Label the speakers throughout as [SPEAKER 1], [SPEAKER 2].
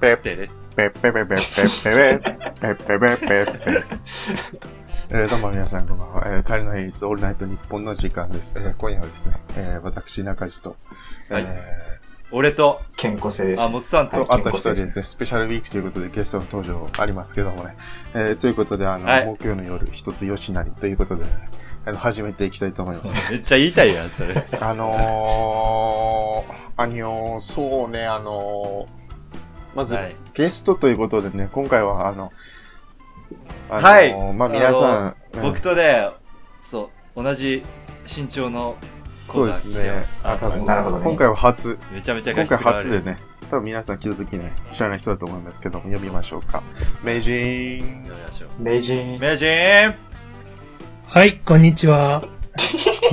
[SPEAKER 1] ペッペ
[SPEAKER 2] てね。
[SPEAKER 1] ッペッペッペッペッペッペッペッペッペッペッ。えーどうも皆さんこんばんは。えー、帰りの平日オールナイト日本の時間です。えー、今夜はですね、えー、私中地と、
[SPEAKER 2] はい
[SPEAKER 1] え
[SPEAKER 2] 俺と、
[SPEAKER 3] 健康性です
[SPEAKER 2] あ、
[SPEAKER 3] ね。
[SPEAKER 2] もっさん
[SPEAKER 1] ー、
[SPEAKER 2] と
[SPEAKER 1] と、あと一人でですね、スペシャルウィークということでゲストの登場ありますけどもね。えー、ということで、あの、
[SPEAKER 2] はい
[SPEAKER 1] 木曜の夜、一つよしなりということで、あの、始めていきたいと思います。
[SPEAKER 2] めっちゃ言いたいやん、それ。
[SPEAKER 1] あのー、あのー、そうね、あのー、まず、
[SPEAKER 2] はい
[SPEAKER 1] ゲストということでね、今回はあの、あのー
[SPEAKER 2] はい
[SPEAKER 1] まあ皆さん、うん
[SPEAKER 2] 僕とね、そう、同じ身長の
[SPEAKER 1] そ
[SPEAKER 2] 子
[SPEAKER 1] う
[SPEAKER 2] が
[SPEAKER 1] で
[SPEAKER 2] 来
[SPEAKER 1] す
[SPEAKER 2] て
[SPEAKER 1] ね
[SPEAKER 2] ます。。
[SPEAKER 1] あ、多分、
[SPEAKER 3] なるほどね
[SPEAKER 1] 今回は初、
[SPEAKER 2] めちゃめちゃ
[SPEAKER 1] 今回初で
[SPEAKER 2] ね。
[SPEAKER 1] ね、多分皆さん聞いた時ね、知らない人だと思いますけども、呼びましょうか。名人
[SPEAKER 2] 呼びましょう。
[SPEAKER 3] 名人。
[SPEAKER 2] 名人
[SPEAKER 4] はい、こんにちは。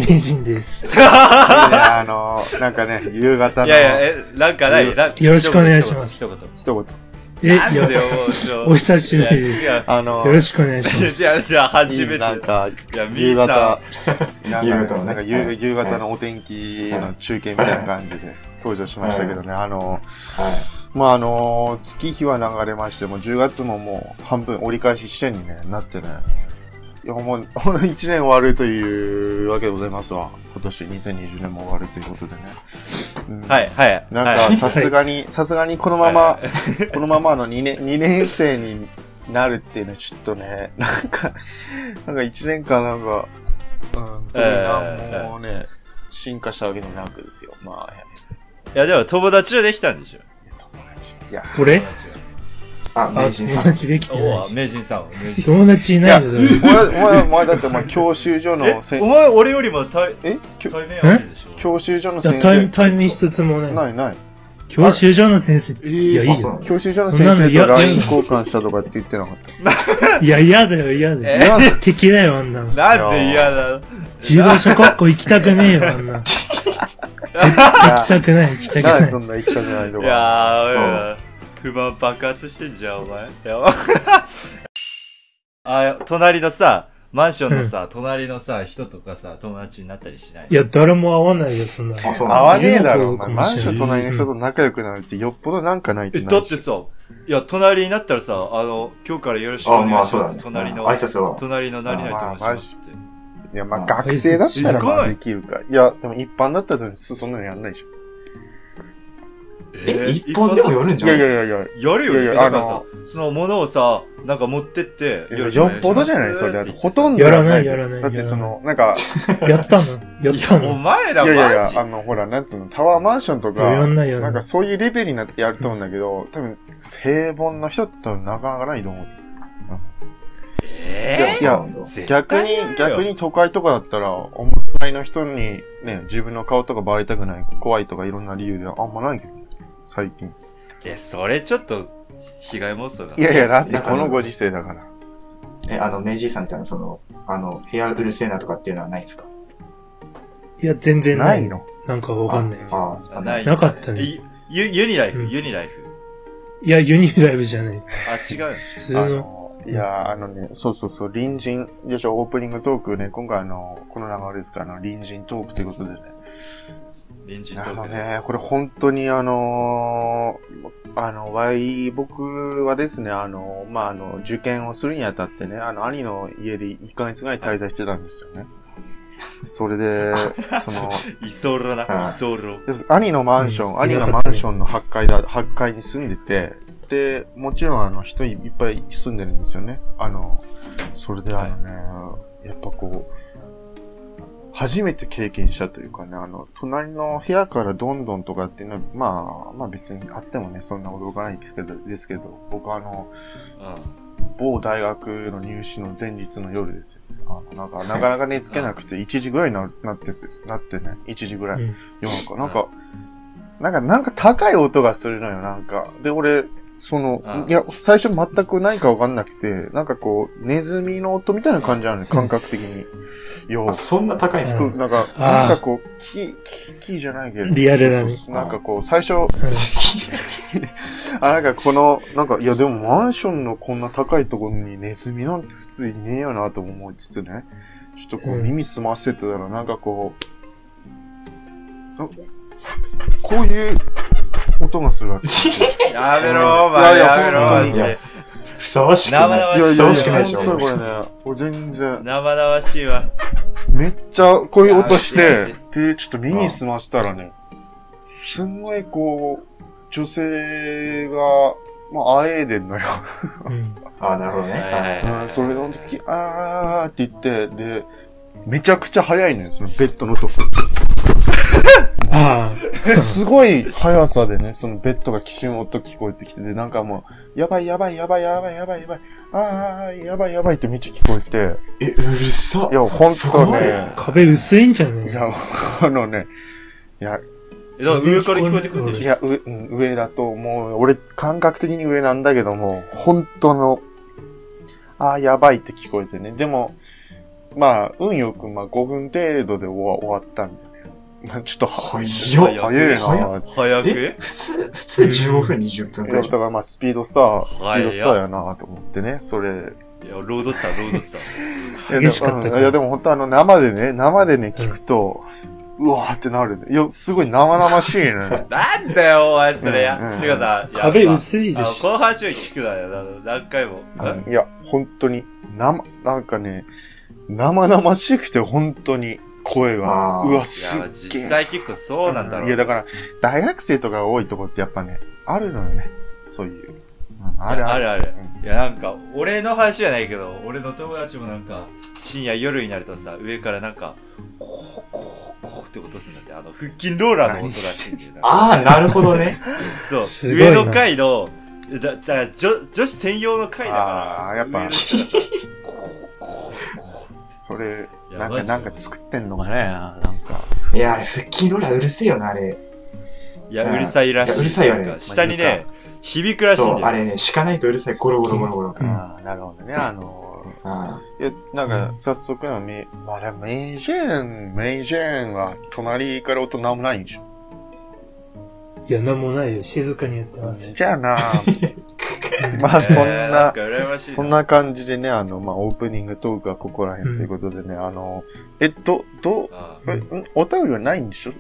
[SPEAKER 4] 名人です。
[SPEAKER 1] いいねあのー、なんかね、夕方の
[SPEAKER 2] いやいや、え、なんかないなんか
[SPEAKER 4] よろしくお願いします
[SPEAKER 2] 一言。一
[SPEAKER 1] 一言。
[SPEAKER 4] え、い
[SPEAKER 2] 言なん
[SPEAKER 4] や、
[SPEAKER 2] でよ、もう、
[SPEAKER 4] お久し
[SPEAKER 2] い
[SPEAKER 4] ぶ
[SPEAKER 2] や、
[SPEAKER 4] り
[SPEAKER 2] 違う。
[SPEAKER 4] です。
[SPEAKER 2] い
[SPEAKER 4] よ
[SPEAKER 2] や
[SPEAKER 1] あのー、
[SPEAKER 4] ろしくお願い します。
[SPEAKER 2] いや、じゃあ、初めて。
[SPEAKER 1] いいなんか、
[SPEAKER 2] いや、み
[SPEAKER 1] 夕
[SPEAKER 2] ーさ
[SPEAKER 1] 方
[SPEAKER 2] ん。、
[SPEAKER 1] なん
[SPEAKER 3] 夕
[SPEAKER 1] か
[SPEAKER 3] 方
[SPEAKER 1] ね
[SPEAKER 3] の
[SPEAKER 1] な
[SPEAKER 3] ね
[SPEAKER 1] んか
[SPEAKER 3] は
[SPEAKER 1] 夕
[SPEAKER 3] い
[SPEAKER 1] 夕方のお天気の中継みたいな感じで登場しましたけどね、あの、
[SPEAKER 3] はい。
[SPEAKER 1] まあ、あの、月日は流れまして、もう10月ももう半分折り返し地点にね、なってね、いや、もう、この1年終わるというわけでございますわ。今年2020年も終わるということでね。うん
[SPEAKER 2] はい、はい。
[SPEAKER 1] なんか、
[SPEAKER 2] はい
[SPEAKER 1] さすがに、さすがにこのまま
[SPEAKER 2] は、
[SPEAKER 1] このままあの2年、2年生になるっていうのはちょっとね、なんか、なんか1年間なんか、うん、特に何もね、進化したわけでもなくですよ。まあ、
[SPEAKER 2] いや、でも友達はできたんでしょ。
[SPEAKER 1] 友達。いや、
[SPEAKER 4] 俺
[SPEAKER 2] 友達は
[SPEAKER 3] あ、
[SPEAKER 4] あ、
[SPEAKER 3] 名人さ
[SPEAKER 4] 友
[SPEAKER 3] ん。
[SPEAKER 4] 達できて
[SPEAKER 2] お
[SPEAKER 4] な
[SPEAKER 2] わ名人さんは、名
[SPEAKER 4] い。
[SPEAKER 2] 人。
[SPEAKER 4] 友達い
[SPEAKER 1] い
[SPEAKER 4] な
[SPEAKER 1] や、
[SPEAKER 4] い
[SPEAKER 1] お
[SPEAKER 4] のだ
[SPEAKER 1] 前、お前、お前だってお前、教習所
[SPEAKER 2] え
[SPEAKER 1] の、せ
[SPEAKER 2] お
[SPEAKER 1] ん、
[SPEAKER 2] 前、俺よりも対、
[SPEAKER 1] えきょ
[SPEAKER 2] 対面あるでしょ。
[SPEAKER 1] 教習所の
[SPEAKER 4] いや
[SPEAKER 1] 先生。
[SPEAKER 4] 対対面一つもな。
[SPEAKER 1] ないいない。
[SPEAKER 4] 教習所の先
[SPEAKER 1] え
[SPEAKER 4] 生。いや、いい
[SPEAKER 3] あそう
[SPEAKER 4] よ。
[SPEAKER 1] 教習所の先生と LINE 交換したとかって言ってなかった。
[SPEAKER 4] いや、嫌だよ、嫌だ
[SPEAKER 2] え
[SPEAKER 4] よ。
[SPEAKER 1] いや
[SPEAKER 4] 敵だよ、あんなの。
[SPEAKER 2] なんで嫌だ
[SPEAKER 4] 自動車学校行きたくねえよ、あんなの。行 きたくない、行きたく
[SPEAKER 1] なん
[SPEAKER 4] な
[SPEAKER 1] で
[SPEAKER 4] い
[SPEAKER 1] そ。んな行きたくないと
[SPEAKER 2] い
[SPEAKER 1] か。
[SPEAKER 2] やー、不満爆発してんじゃん、お前。やばあ、隣のさ、マンションのさ、隣のさ、人とかさ、友達になったりしない
[SPEAKER 4] いや、誰も会わないよ、そんなの。
[SPEAKER 3] あ、そう
[SPEAKER 1] 合
[SPEAKER 3] なん
[SPEAKER 1] わ
[SPEAKER 3] だ。
[SPEAKER 1] ねえだろ、お
[SPEAKER 4] か
[SPEAKER 1] 前。マ
[SPEAKER 4] もしれない
[SPEAKER 1] ンション隣の人と仲良くなるってよっぽどなんかないって
[SPEAKER 2] え、
[SPEAKER 1] な
[SPEAKER 2] だ
[SPEAKER 1] るで
[SPEAKER 2] っ
[SPEAKER 1] しょ
[SPEAKER 2] てさ、いや、隣になったらさ、あの、今日からよろしくお
[SPEAKER 3] あ、
[SPEAKER 2] 願いし
[SPEAKER 3] ま
[SPEAKER 2] ま
[SPEAKER 3] あ
[SPEAKER 2] す。
[SPEAKER 3] そうだね。
[SPEAKER 2] 隣の、
[SPEAKER 3] 挨拶は。
[SPEAKER 2] 隣の何々と申しますって。
[SPEAKER 1] いや、まあ、学生だったらまあ
[SPEAKER 2] え
[SPEAKER 1] できるか。いや、でも一般だったらそそんなのやんないでしょ。
[SPEAKER 3] え、一本でも寄るんじ
[SPEAKER 1] い
[SPEAKER 3] ゃな
[SPEAKER 1] や
[SPEAKER 3] い
[SPEAKER 1] いやいやい
[SPEAKER 2] やるよ、
[SPEAKER 1] いやい
[SPEAKER 2] ね。
[SPEAKER 1] や
[SPEAKER 2] だから
[SPEAKER 1] あ
[SPEAKER 2] さ
[SPEAKER 1] の、
[SPEAKER 2] そのものをさ、なんか持ってって、
[SPEAKER 1] や。よっぽどじゃないそれだって。ほとんど
[SPEAKER 4] やらないやらない
[SPEAKER 1] だってその、なんか、
[SPEAKER 4] やったのやっ
[SPEAKER 2] い
[SPEAKER 4] た
[SPEAKER 2] や、お
[SPEAKER 4] の
[SPEAKER 2] 前ら
[SPEAKER 1] い
[SPEAKER 2] マジ
[SPEAKER 1] やいやいや、あの、ほら、なんつうの、タワーマンションとか、
[SPEAKER 4] やんないやんな
[SPEAKER 1] な
[SPEAKER 4] い
[SPEAKER 1] んかそういうレベルになってやると思うんだけど、多分、平凡な人って多分なかなかないと思う。
[SPEAKER 2] え
[SPEAKER 1] いや
[SPEAKER 3] そうなんだ
[SPEAKER 2] ー
[SPEAKER 1] 逆に、逆。に都会とかだったら、お前の人にね、自分の顔とかバレたくない、怖いとかいろんな理由であんまないけど、最近。
[SPEAKER 2] え、それちょっと、被害妄想が。
[SPEAKER 1] いやいや、だってこのご時世だから。
[SPEAKER 3] え、あの、名人さんみたいな、その、あの、部屋うるせえなとかっていうのはないんですか
[SPEAKER 4] いや、全然な
[SPEAKER 1] ないい。の
[SPEAKER 4] なんかわかんない。
[SPEAKER 3] ああ、。
[SPEAKER 2] ないい
[SPEAKER 4] なかったね
[SPEAKER 2] ゆゆユニライフ、
[SPEAKER 4] うん
[SPEAKER 2] ユニライフ。
[SPEAKER 4] いや、ユニライブじゃない。
[SPEAKER 2] あ、違
[SPEAKER 1] あ
[SPEAKER 2] う。
[SPEAKER 4] 普通の。
[SPEAKER 1] の、いや、あのね、そうそうそう、隣人、よいしょ、オープニングトークね、今回あの、この流れですから、あの、隣人トークということでね。
[SPEAKER 2] 隣人ト
[SPEAKER 1] あの
[SPEAKER 2] ーク。
[SPEAKER 1] ね、これ本当にあのーあの、わい、僕はですね、あの、まあ、あの、受験をするにあたってね、あの、兄の家で1ヶ月ぐらい滞在してたんですよね。それで、その、
[SPEAKER 2] 居候な、
[SPEAKER 3] あ
[SPEAKER 2] 居候。
[SPEAKER 1] 要するに兄のマンション、
[SPEAKER 4] うん
[SPEAKER 1] 兄がマンションの8階だ、8階に住んでて、で、もちろんあの人いっぱい住んでるんですよね。あの、それであのね、やっぱこう、初めて経験したというかね、あの、隣の部屋からどんどんとかっていうのは、まあ、まあ別にあってもね、そんな驚かないですけど、ですけど、僕はあの、
[SPEAKER 2] うん。
[SPEAKER 1] 某大学の入試の前日の夜ですよ。あの、なんか、なかなか寝つけなくて、1時ぐらいにななってす、なってね、1時ぐらい。
[SPEAKER 4] うん
[SPEAKER 1] 夜中、なんか、なんか、なんか高い音がするのよ、なんか。で、俺、その
[SPEAKER 2] う、ん
[SPEAKER 1] いや、最初全く何かわかんなくて、なんかこう、ネズミの音みたいな感じなのよ、感覚的に。よ
[SPEAKER 3] あ、そんな高いんです
[SPEAKER 1] そ
[SPEAKER 3] か
[SPEAKER 1] う、なんか、
[SPEAKER 4] あー
[SPEAKER 1] なんかこう、木、木、木じゃないけど。
[SPEAKER 4] リアルな
[SPEAKER 1] そ
[SPEAKER 4] ね
[SPEAKER 1] うそうそうなんかこう、最初、
[SPEAKER 4] うん
[SPEAKER 1] あ、なんかこの、なんか、いやでもマンションのこんな高いところにネズミなんて普通いねえよなとも思いつつね、ちょっとこう
[SPEAKER 4] うん
[SPEAKER 1] 耳澄ませてたらなんかこう、なこういう音がするわ け。
[SPEAKER 2] やめろ、お
[SPEAKER 1] い
[SPEAKER 2] 前。
[SPEAKER 1] やいや
[SPEAKER 2] やめろ、
[SPEAKER 1] 本
[SPEAKER 2] マ
[SPEAKER 1] 当に
[SPEAKER 2] ジで。
[SPEAKER 3] ふさわしく
[SPEAKER 2] 生
[SPEAKER 3] ない。
[SPEAKER 2] 々
[SPEAKER 1] いやい
[SPEAKER 2] しい
[SPEAKER 1] や
[SPEAKER 3] そう
[SPEAKER 1] い
[SPEAKER 3] しかないでし
[SPEAKER 1] や、
[SPEAKER 3] ょ
[SPEAKER 1] 本当にこれね、俺全然、
[SPEAKER 2] 生々しいわ。
[SPEAKER 1] めっちゃこういう音し
[SPEAKER 2] いや
[SPEAKER 1] て、で、ちょっと耳澄ましたらね、すんごいこう、女性が、まあ、あえいでんのよ。
[SPEAKER 4] うん。
[SPEAKER 3] ああ、なるほどね。は い
[SPEAKER 1] うんそれの時、あーって言って、で、めちゃくちゃ速いね、そのベッドの音。
[SPEAKER 4] ああ。
[SPEAKER 1] すごい速さでね、そのベッドがきしむ音聞こえてきて、で、なんかもう、やばいやばいやばいやばいやばいやばい、あー、やばいやばいってめっちゃ聞こえて、
[SPEAKER 3] え、うるさ
[SPEAKER 1] い。や、ほんとね、
[SPEAKER 4] 壁薄いんじゃね
[SPEAKER 1] いや、あのね、いや、
[SPEAKER 2] え、だから上から聞こえてくるんで
[SPEAKER 1] い
[SPEAKER 2] しょ
[SPEAKER 1] や、上、うん上だと思う。俺、感覚的に上なんだけども、本当の、ああ、やばいって聞こえてね。でも、まあ、運よく、まあ、5分程度で終わ終わったんでね。まあ、ちょっとは、
[SPEAKER 3] 早っ。
[SPEAKER 1] 早いな
[SPEAKER 3] 早
[SPEAKER 1] ぁ。
[SPEAKER 2] 早
[SPEAKER 3] え
[SPEAKER 2] く、
[SPEAKER 3] 普通、普通15分、20分
[SPEAKER 1] いや
[SPEAKER 3] くらい
[SPEAKER 1] だ
[SPEAKER 3] じゃ
[SPEAKER 1] か
[SPEAKER 3] ん。
[SPEAKER 1] ら、まあ、スピードスター、スピ
[SPEAKER 2] 早い
[SPEAKER 1] ー
[SPEAKER 2] よ
[SPEAKER 1] ドスターやなぁと思ってね。それ、
[SPEAKER 2] いや、ロードスター、ロードスター。
[SPEAKER 1] いや、
[SPEAKER 4] 激しかった
[SPEAKER 1] でもうんいやでも本当あの、生でね、生でね、聞くと、うわーってなるね。いや、すごい生々しいね。
[SPEAKER 2] なんだよ、お前、それや
[SPEAKER 1] うんうん。
[SPEAKER 2] てかさ、やっ
[SPEAKER 4] 壁
[SPEAKER 2] ぱ
[SPEAKER 4] 薄いでし
[SPEAKER 2] あの
[SPEAKER 4] ょ。
[SPEAKER 2] 後半週聞くなよ、あの何回も。
[SPEAKER 1] いや、本当に、生、なんかね、生々しくて、本当に、声が。
[SPEAKER 3] あー
[SPEAKER 1] うわ、
[SPEAKER 2] い
[SPEAKER 1] す
[SPEAKER 2] や、
[SPEAKER 1] っげ
[SPEAKER 2] 実
[SPEAKER 1] え。
[SPEAKER 2] 際聞くとそうなんだろう。
[SPEAKER 1] いや、だから、大学生とかが多いとこってやっぱね、あるのよね。そういう。うんあ
[SPEAKER 2] い
[SPEAKER 1] る
[SPEAKER 2] や
[SPEAKER 1] あ
[SPEAKER 2] あ
[SPEAKER 1] る。
[SPEAKER 2] るある
[SPEAKER 1] う。
[SPEAKER 2] いや、なんか、俺の話じゃないけど、俺の友達もなんか、深夜夜になるとさ、上からなんか、こう、こう、こうって音するんだって、あの、腹筋ローラーの音らしいんだよな。
[SPEAKER 3] ああ、なるほどね。
[SPEAKER 2] そう。
[SPEAKER 4] すごいな
[SPEAKER 2] 上の階の、だ、だ、女、女子専用の階だから。
[SPEAKER 1] あーやっぱ
[SPEAKER 2] 上の人がさこう、こう、こう。
[SPEAKER 1] それ、
[SPEAKER 2] いや
[SPEAKER 1] なん
[SPEAKER 2] マ
[SPEAKER 1] か、
[SPEAKER 2] ジで
[SPEAKER 1] なんか作ってんのかね、なんか。
[SPEAKER 3] いや、あれ、腹筋ローラーうるせえよな、あれ。
[SPEAKER 2] いや、うるさいらしい。
[SPEAKER 3] いやうるさいよね
[SPEAKER 2] なんか下にね、響くらしいん
[SPEAKER 3] そう、
[SPEAKER 2] だ
[SPEAKER 3] あ
[SPEAKER 2] よ。
[SPEAKER 3] れね、敷かないとうるさい。ゴロゴロゴロゴロ。
[SPEAKER 4] うん
[SPEAKER 1] ああ、なるほどね。あのー、
[SPEAKER 3] あ
[SPEAKER 1] え、なん
[SPEAKER 4] う
[SPEAKER 1] か、
[SPEAKER 4] ん
[SPEAKER 1] 早速なめ、まあでも、メイジェーン、メイジェーンは、隣から音なんもないんでしょ。
[SPEAKER 4] いや、なんもないよ。静かにやってますよ。
[SPEAKER 1] じゃあな
[SPEAKER 4] うん
[SPEAKER 1] まあ、そん
[SPEAKER 2] えー
[SPEAKER 1] な
[SPEAKER 2] なんか、羨ましい。
[SPEAKER 1] そん。な感じでね、あの、まあ、オープニングトークはここら辺ということでね、あの、え、ど、ど、
[SPEAKER 2] あ
[SPEAKER 1] え、んお便りはないんでしょ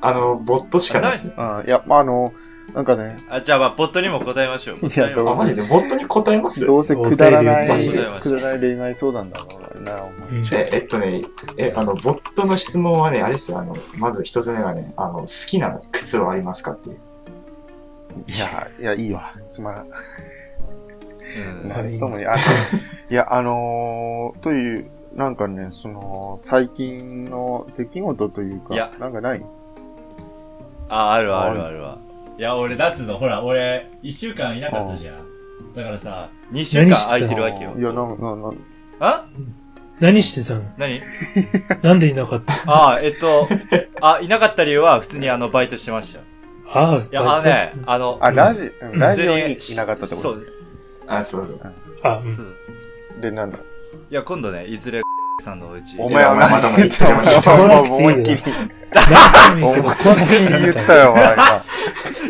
[SPEAKER 3] あの、ボットしかないですね。
[SPEAKER 1] うん、いや、まあ、あの、なんかね、
[SPEAKER 2] あ、じゃあ、まあ、ボットにも答えましょう。
[SPEAKER 1] いやど
[SPEAKER 3] あ、
[SPEAKER 1] う
[SPEAKER 3] マジで、ボットに答えます
[SPEAKER 1] どうせくだらない、
[SPEAKER 4] お
[SPEAKER 3] 便り
[SPEAKER 1] くだらない恋愛相談だろうな、思っちゃう
[SPEAKER 3] え、えっとね、え、あの、ボットの質問はね、あれですよ、あの、まず一つ目はね、あの、好きな靴はありますかっていう。
[SPEAKER 1] いや、いや、いいわ。つまらん。
[SPEAKER 2] うん
[SPEAKER 1] なると も、あの、いや、あのーという、なんかね、その、最近の出来事というか、
[SPEAKER 2] いや
[SPEAKER 1] なんかない
[SPEAKER 2] あ、あるわあるわあるわ。いや、俺、夏の、ほら、俺、一週間いなかったじゃん。だからさ、二週間空いてるわけよ。
[SPEAKER 1] いや、なんか、なんか、
[SPEAKER 2] あ
[SPEAKER 4] 何してたの
[SPEAKER 2] 何
[SPEAKER 4] なんでいなかった
[SPEAKER 2] ああ、えっと、あ、いなかった理由は、普通にあの、バイトしてました。い
[SPEAKER 4] ああ、
[SPEAKER 2] や、あのね、あの、
[SPEAKER 1] あ、ラジ、うん
[SPEAKER 4] うん
[SPEAKER 1] ラジオにいなかったってこ
[SPEAKER 2] そ
[SPEAKER 1] と
[SPEAKER 2] う、
[SPEAKER 3] あ、そうそう。
[SPEAKER 4] あ、うん
[SPEAKER 2] そう
[SPEAKER 1] で、なんだ
[SPEAKER 2] いや、今度ね、いずれ、さんのお家
[SPEAKER 1] お前は
[SPEAKER 3] お前まだまだ言ってました
[SPEAKER 1] 思いっきり、思いっきり言った
[SPEAKER 4] よ。
[SPEAKER 1] よ、お前が。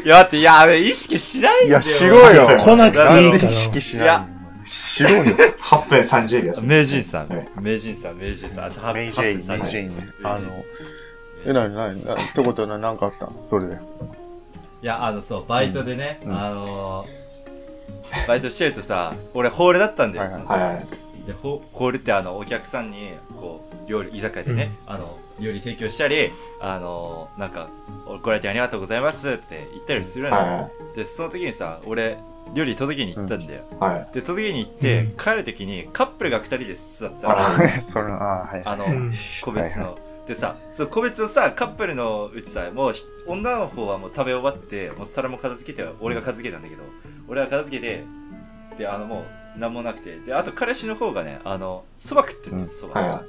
[SPEAKER 2] いや、だって、いや、あれ、意識しないん
[SPEAKER 1] い
[SPEAKER 2] だよ。
[SPEAKER 1] や、しろよ。
[SPEAKER 4] 来なくていいから
[SPEAKER 1] なんで意識しないのしろよ。
[SPEAKER 3] 8分30秒ですね。
[SPEAKER 2] 名人さん
[SPEAKER 3] はい。
[SPEAKER 2] 名人さん、名人さん。朝は
[SPEAKER 1] メイジェイン、
[SPEAKER 2] 8分30
[SPEAKER 1] メイジェインね。
[SPEAKER 2] はい
[SPEAKER 1] あの、え、なになになにってことはななんかあったのそれ で。
[SPEAKER 2] いや、あの、そう、バイトでね、
[SPEAKER 1] うん
[SPEAKER 2] あのー、バイトしてるとさ、俺、ホールだったんだよ。
[SPEAKER 1] はいはい
[SPEAKER 2] その
[SPEAKER 3] はいはい。
[SPEAKER 2] でホホールって、あの、お客さんに、こう、料理、居酒屋でね、あの、料理提供したり、あのー、なんか、ご来店ありがとうございますって言ったりするのよ。
[SPEAKER 3] は
[SPEAKER 2] で、その時にさ、俺、料理届けに行ったんだよ。
[SPEAKER 3] いはい。はい。
[SPEAKER 2] で、届けに行って、
[SPEAKER 4] うん
[SPEAKER 2] 帰る時に、カップルが二人で座ってた
[SPEAKER 3] あ
[SPEAKER 2] の
[SPEAKER 3] ら
[SPEAKER 1] その、あはい。
[SPEAKER 2] あの、
[SPEAKER 4] うん
[SPEAKER 2] 個別の。でさ、その個別のさ、カップルのうちさ、もうひ女の方はもう食べ終わって、もう皿も片付けて、俺が片付けたんだけど、俺が片付けて、で、あのもう、なんもなくて、で、あと彼氏の方がね、あの、蕎麦食ってん
[SPEAKER 1] う
[SPEAKER 2] の、
[SPEAKER 1] ん
[SPEAKER 2] 蕎麦、
[SPEAKER 3] は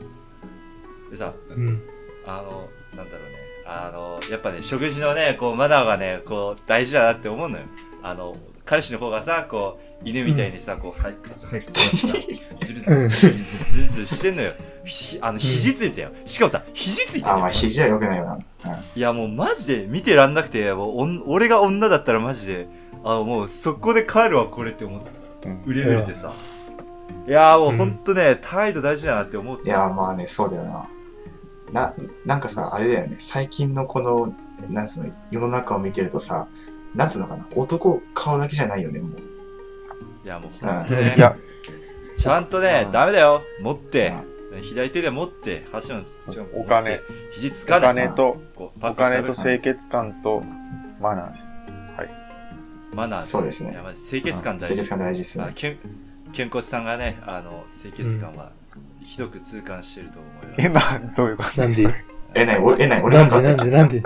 [SPEAKER 2] でさ、
[SPEAKER 4] うん。
[SPEAKER 2] あの、なんだろうね、あの、やっぱね、食事のね、こう、マナーがね、こう、大事だなって思うのよ。あの、彼氏の方がさ、こう、犬みたいにさ、こう、はい、はい、こうさ、ずるず
[SPEAKER 4] う
[SPEAKER 2] る
[SPEAKER 4] ん
[SPEAKER 2] ずるずるずるしてんのよ。ひあの、肘ついてよ。しかもさ、肘ついて
[SPEAKER 3] あ、
[SPEAKER 2] よ
[SPEAKER 3] まあ、肘は良くないわな。うん
[SPEAKER 2] いや、もうマジで見てらんなくて、もうおん俺が女だったらマジで、あ、もう速攻で帰るわ、これって思って、売れ売れてさ。いやーもうほんとね、態度大事だなって思っ
[SPEAKER 3] い
[SPEAKER 2] て。
[SPEAKER 3] や、まあね、そうだよな。な、なんかさ、あれだよね、最近のこの、なんつうの、世の中を見てるとさ、なんつうのかな、男顔だけじゃないよね、もう。
[SPEAKER 2] いや、もうほんと
[SPEAKER 4] うん
[SPEAKER 2] ね
[SPEAKER 1] い。や、
[SPEAKER 2] ちゃんとね
[SPEAKER 3] う、ん
[SPEAKER 2] ダメだよ。持って
[SPEAKER 3] う、
[SPEAKER 2] 左手で持って、箸の
[SPEAKER 1] そう
[SPEAKER 2] 持って
[SPEAKER 1] お金。
[SPEAKER 2] 肘つ
[SPEAKER 1] お
[SPEAKER 2] かない。
[SPEAKER 1] 金と、
[SPEAKER 2] こうパ
[SPEAKER 1] お
[SPEAKER 2] クパク
[SPEAKER 1] 金と清潔感とマナーです。はい。
[SPEAKER 2] マナー
[SPEAKER 3] そうですね
[SPEAKER 2] いや、まじ清潔感大
[SPEAKER 3] 清潔
[SPEAKER 2] 事。
[SPEAKER 3] 感大事です
[SPEAKER 2] あ
[SPEAKER 3] ね。
[SPEAKER 2] 健健康さんがね、あの、清潔感は、ひどく痛感してると思い
[SPEAKER 1] え、
[SPEAKER 2] ま
[SPEAKER 1] な、どういうこと
[SPEAKER 4] なんで
[SPEAKER 3] え、ない、俺、え、ない、俺な
[SPEAKER 4] な
[SPEAKER 3] ん
[SPEAKER 4] ん
[SPEAKER 3] かあ
[SPEAKER 4] で
[SPEAKER 3] っ
[SPEAKER 4] な
[SPEAKER 3] たっ
[SPEAKER 4] ん
[SPEAKER 3] け
[SPEAKER 4] でなんで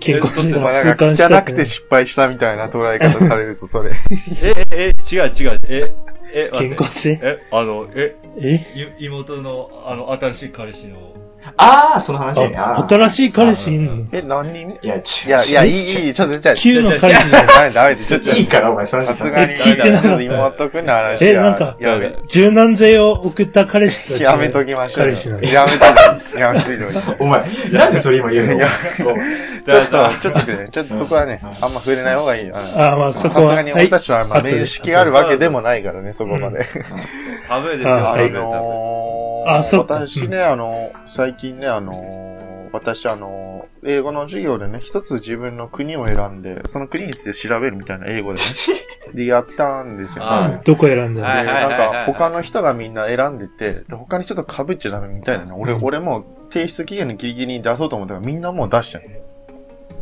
[SPEAKER 4] 結婚して
[SPEAKER 1] お前なんか汚くて失敗したみたいな捉え方されるぞ、それ。
[SPEAKER 2] す。え、え、え、違う違う。え、え、待っ
[SPEAKER 4] 健
[SPEAKER 2] て
[SPEAKER 4] 康。性
[SPEAKER 2] え、あの、え、
[SPEAKER 4] え
[SPEAKER 2] い妹の、あの、新しい彼氏の。
[SPEAKER 3] ああ、その話だよね。
[SPEAKER 4] あ
[SPEAKER 3] あー
[SPEAKER 4] 新しい彼氏いんの
[SPEAKER 1] え、何人目
[SPEAKER 3] いや、違う。
[SPEAKER 1] いや、いや、いい、
[SPEAKER 3] 違う
[SPEAKER 1] いい、ちょっと、じゃあ、
[SPEAKER 4] 旧の彼氏じゃん。
[SPEAKER 1] ダメ、ダメです。ちょっと
[SPEAKER 3] いいから、お前、その
[SPEAKER 1] さ
[SPEAKER 3] 話
[SPEAKER 1] す
[SPEAKER 3] だ
[SPEAKER 1] がに、ち
[SPEAKER 4] え聞いてなかった
[SPEAKER 1] ょっと妹くんの話は
[SPEAKER 4] えなんか
[SPEAKER 1] やべ
[SPEAKER 4] 柔軟剤を送った彼氏と
[SPEAKER 1] やめときましょうよ。
[SPEAKER 4] 彼氏なの
[SPEAKER 1] やめとき、やめといてほしい。
[SPEAKER 3] お前、なんでそれ今言うの
[SPEAKER 1] いや
[SPEAKER 3] お前
[SPEAKER 1] ちょっと、ちょっとくれ。ちょっとそこはね、
[SPEAKER 3] うん
[SPEAKER 1] あんま触れない方がいいよ。あの
[SPEAKER 4] あーまあそこは
[SPEAKER 1] さすがに
[SPEAKER 4] はい
[SPEAKER 1] 俺たちは、まあ、
[SPEAKER 4] 後で
[SPEAKER 1] 面識があるわけでもないからね、そこまで。
[SPEAKER 2] タブーですよ、
[SPEAKER 4] あ
[SPEAKER 2] タ
[SPEAKER 1] あの
[SPEAKER 2] ブ
[SPEAKER 4] はい
[SPEAKER 2] ー、タブー。
[SPEAKER 1] ー
[SPEAKER 4] あそうか
[SPEAKER 1] 私ね、あのー、最近ね、あのー、私あのー、英語の授業でね、一つ自分の国を選んで、その国について調べるみたいな英語でね、でやったんですよね。
[SPEAKER 2] あ
[SPEAKER 4] どこ選んだの
[SPEAKER 2] は
[SPEAKER 1] で
[SPEAKER 2] いは
[SPEAKER 1] な
[SPEAKER 2] い
[SPEAKER 1] ん
[SPEAKER 2] はいは
[SPEAKER 1] か
[SPEAKER 2] い
[SPEAKER 1] 他の人がみんな選んでて、で他の人と被っちゃダメみたいなね。俺、
[SPEAKER 4] うん
[SPEAKER 1] 俺も提出期限のギリギリに出そうと思ったからみんなもう出しちゃう。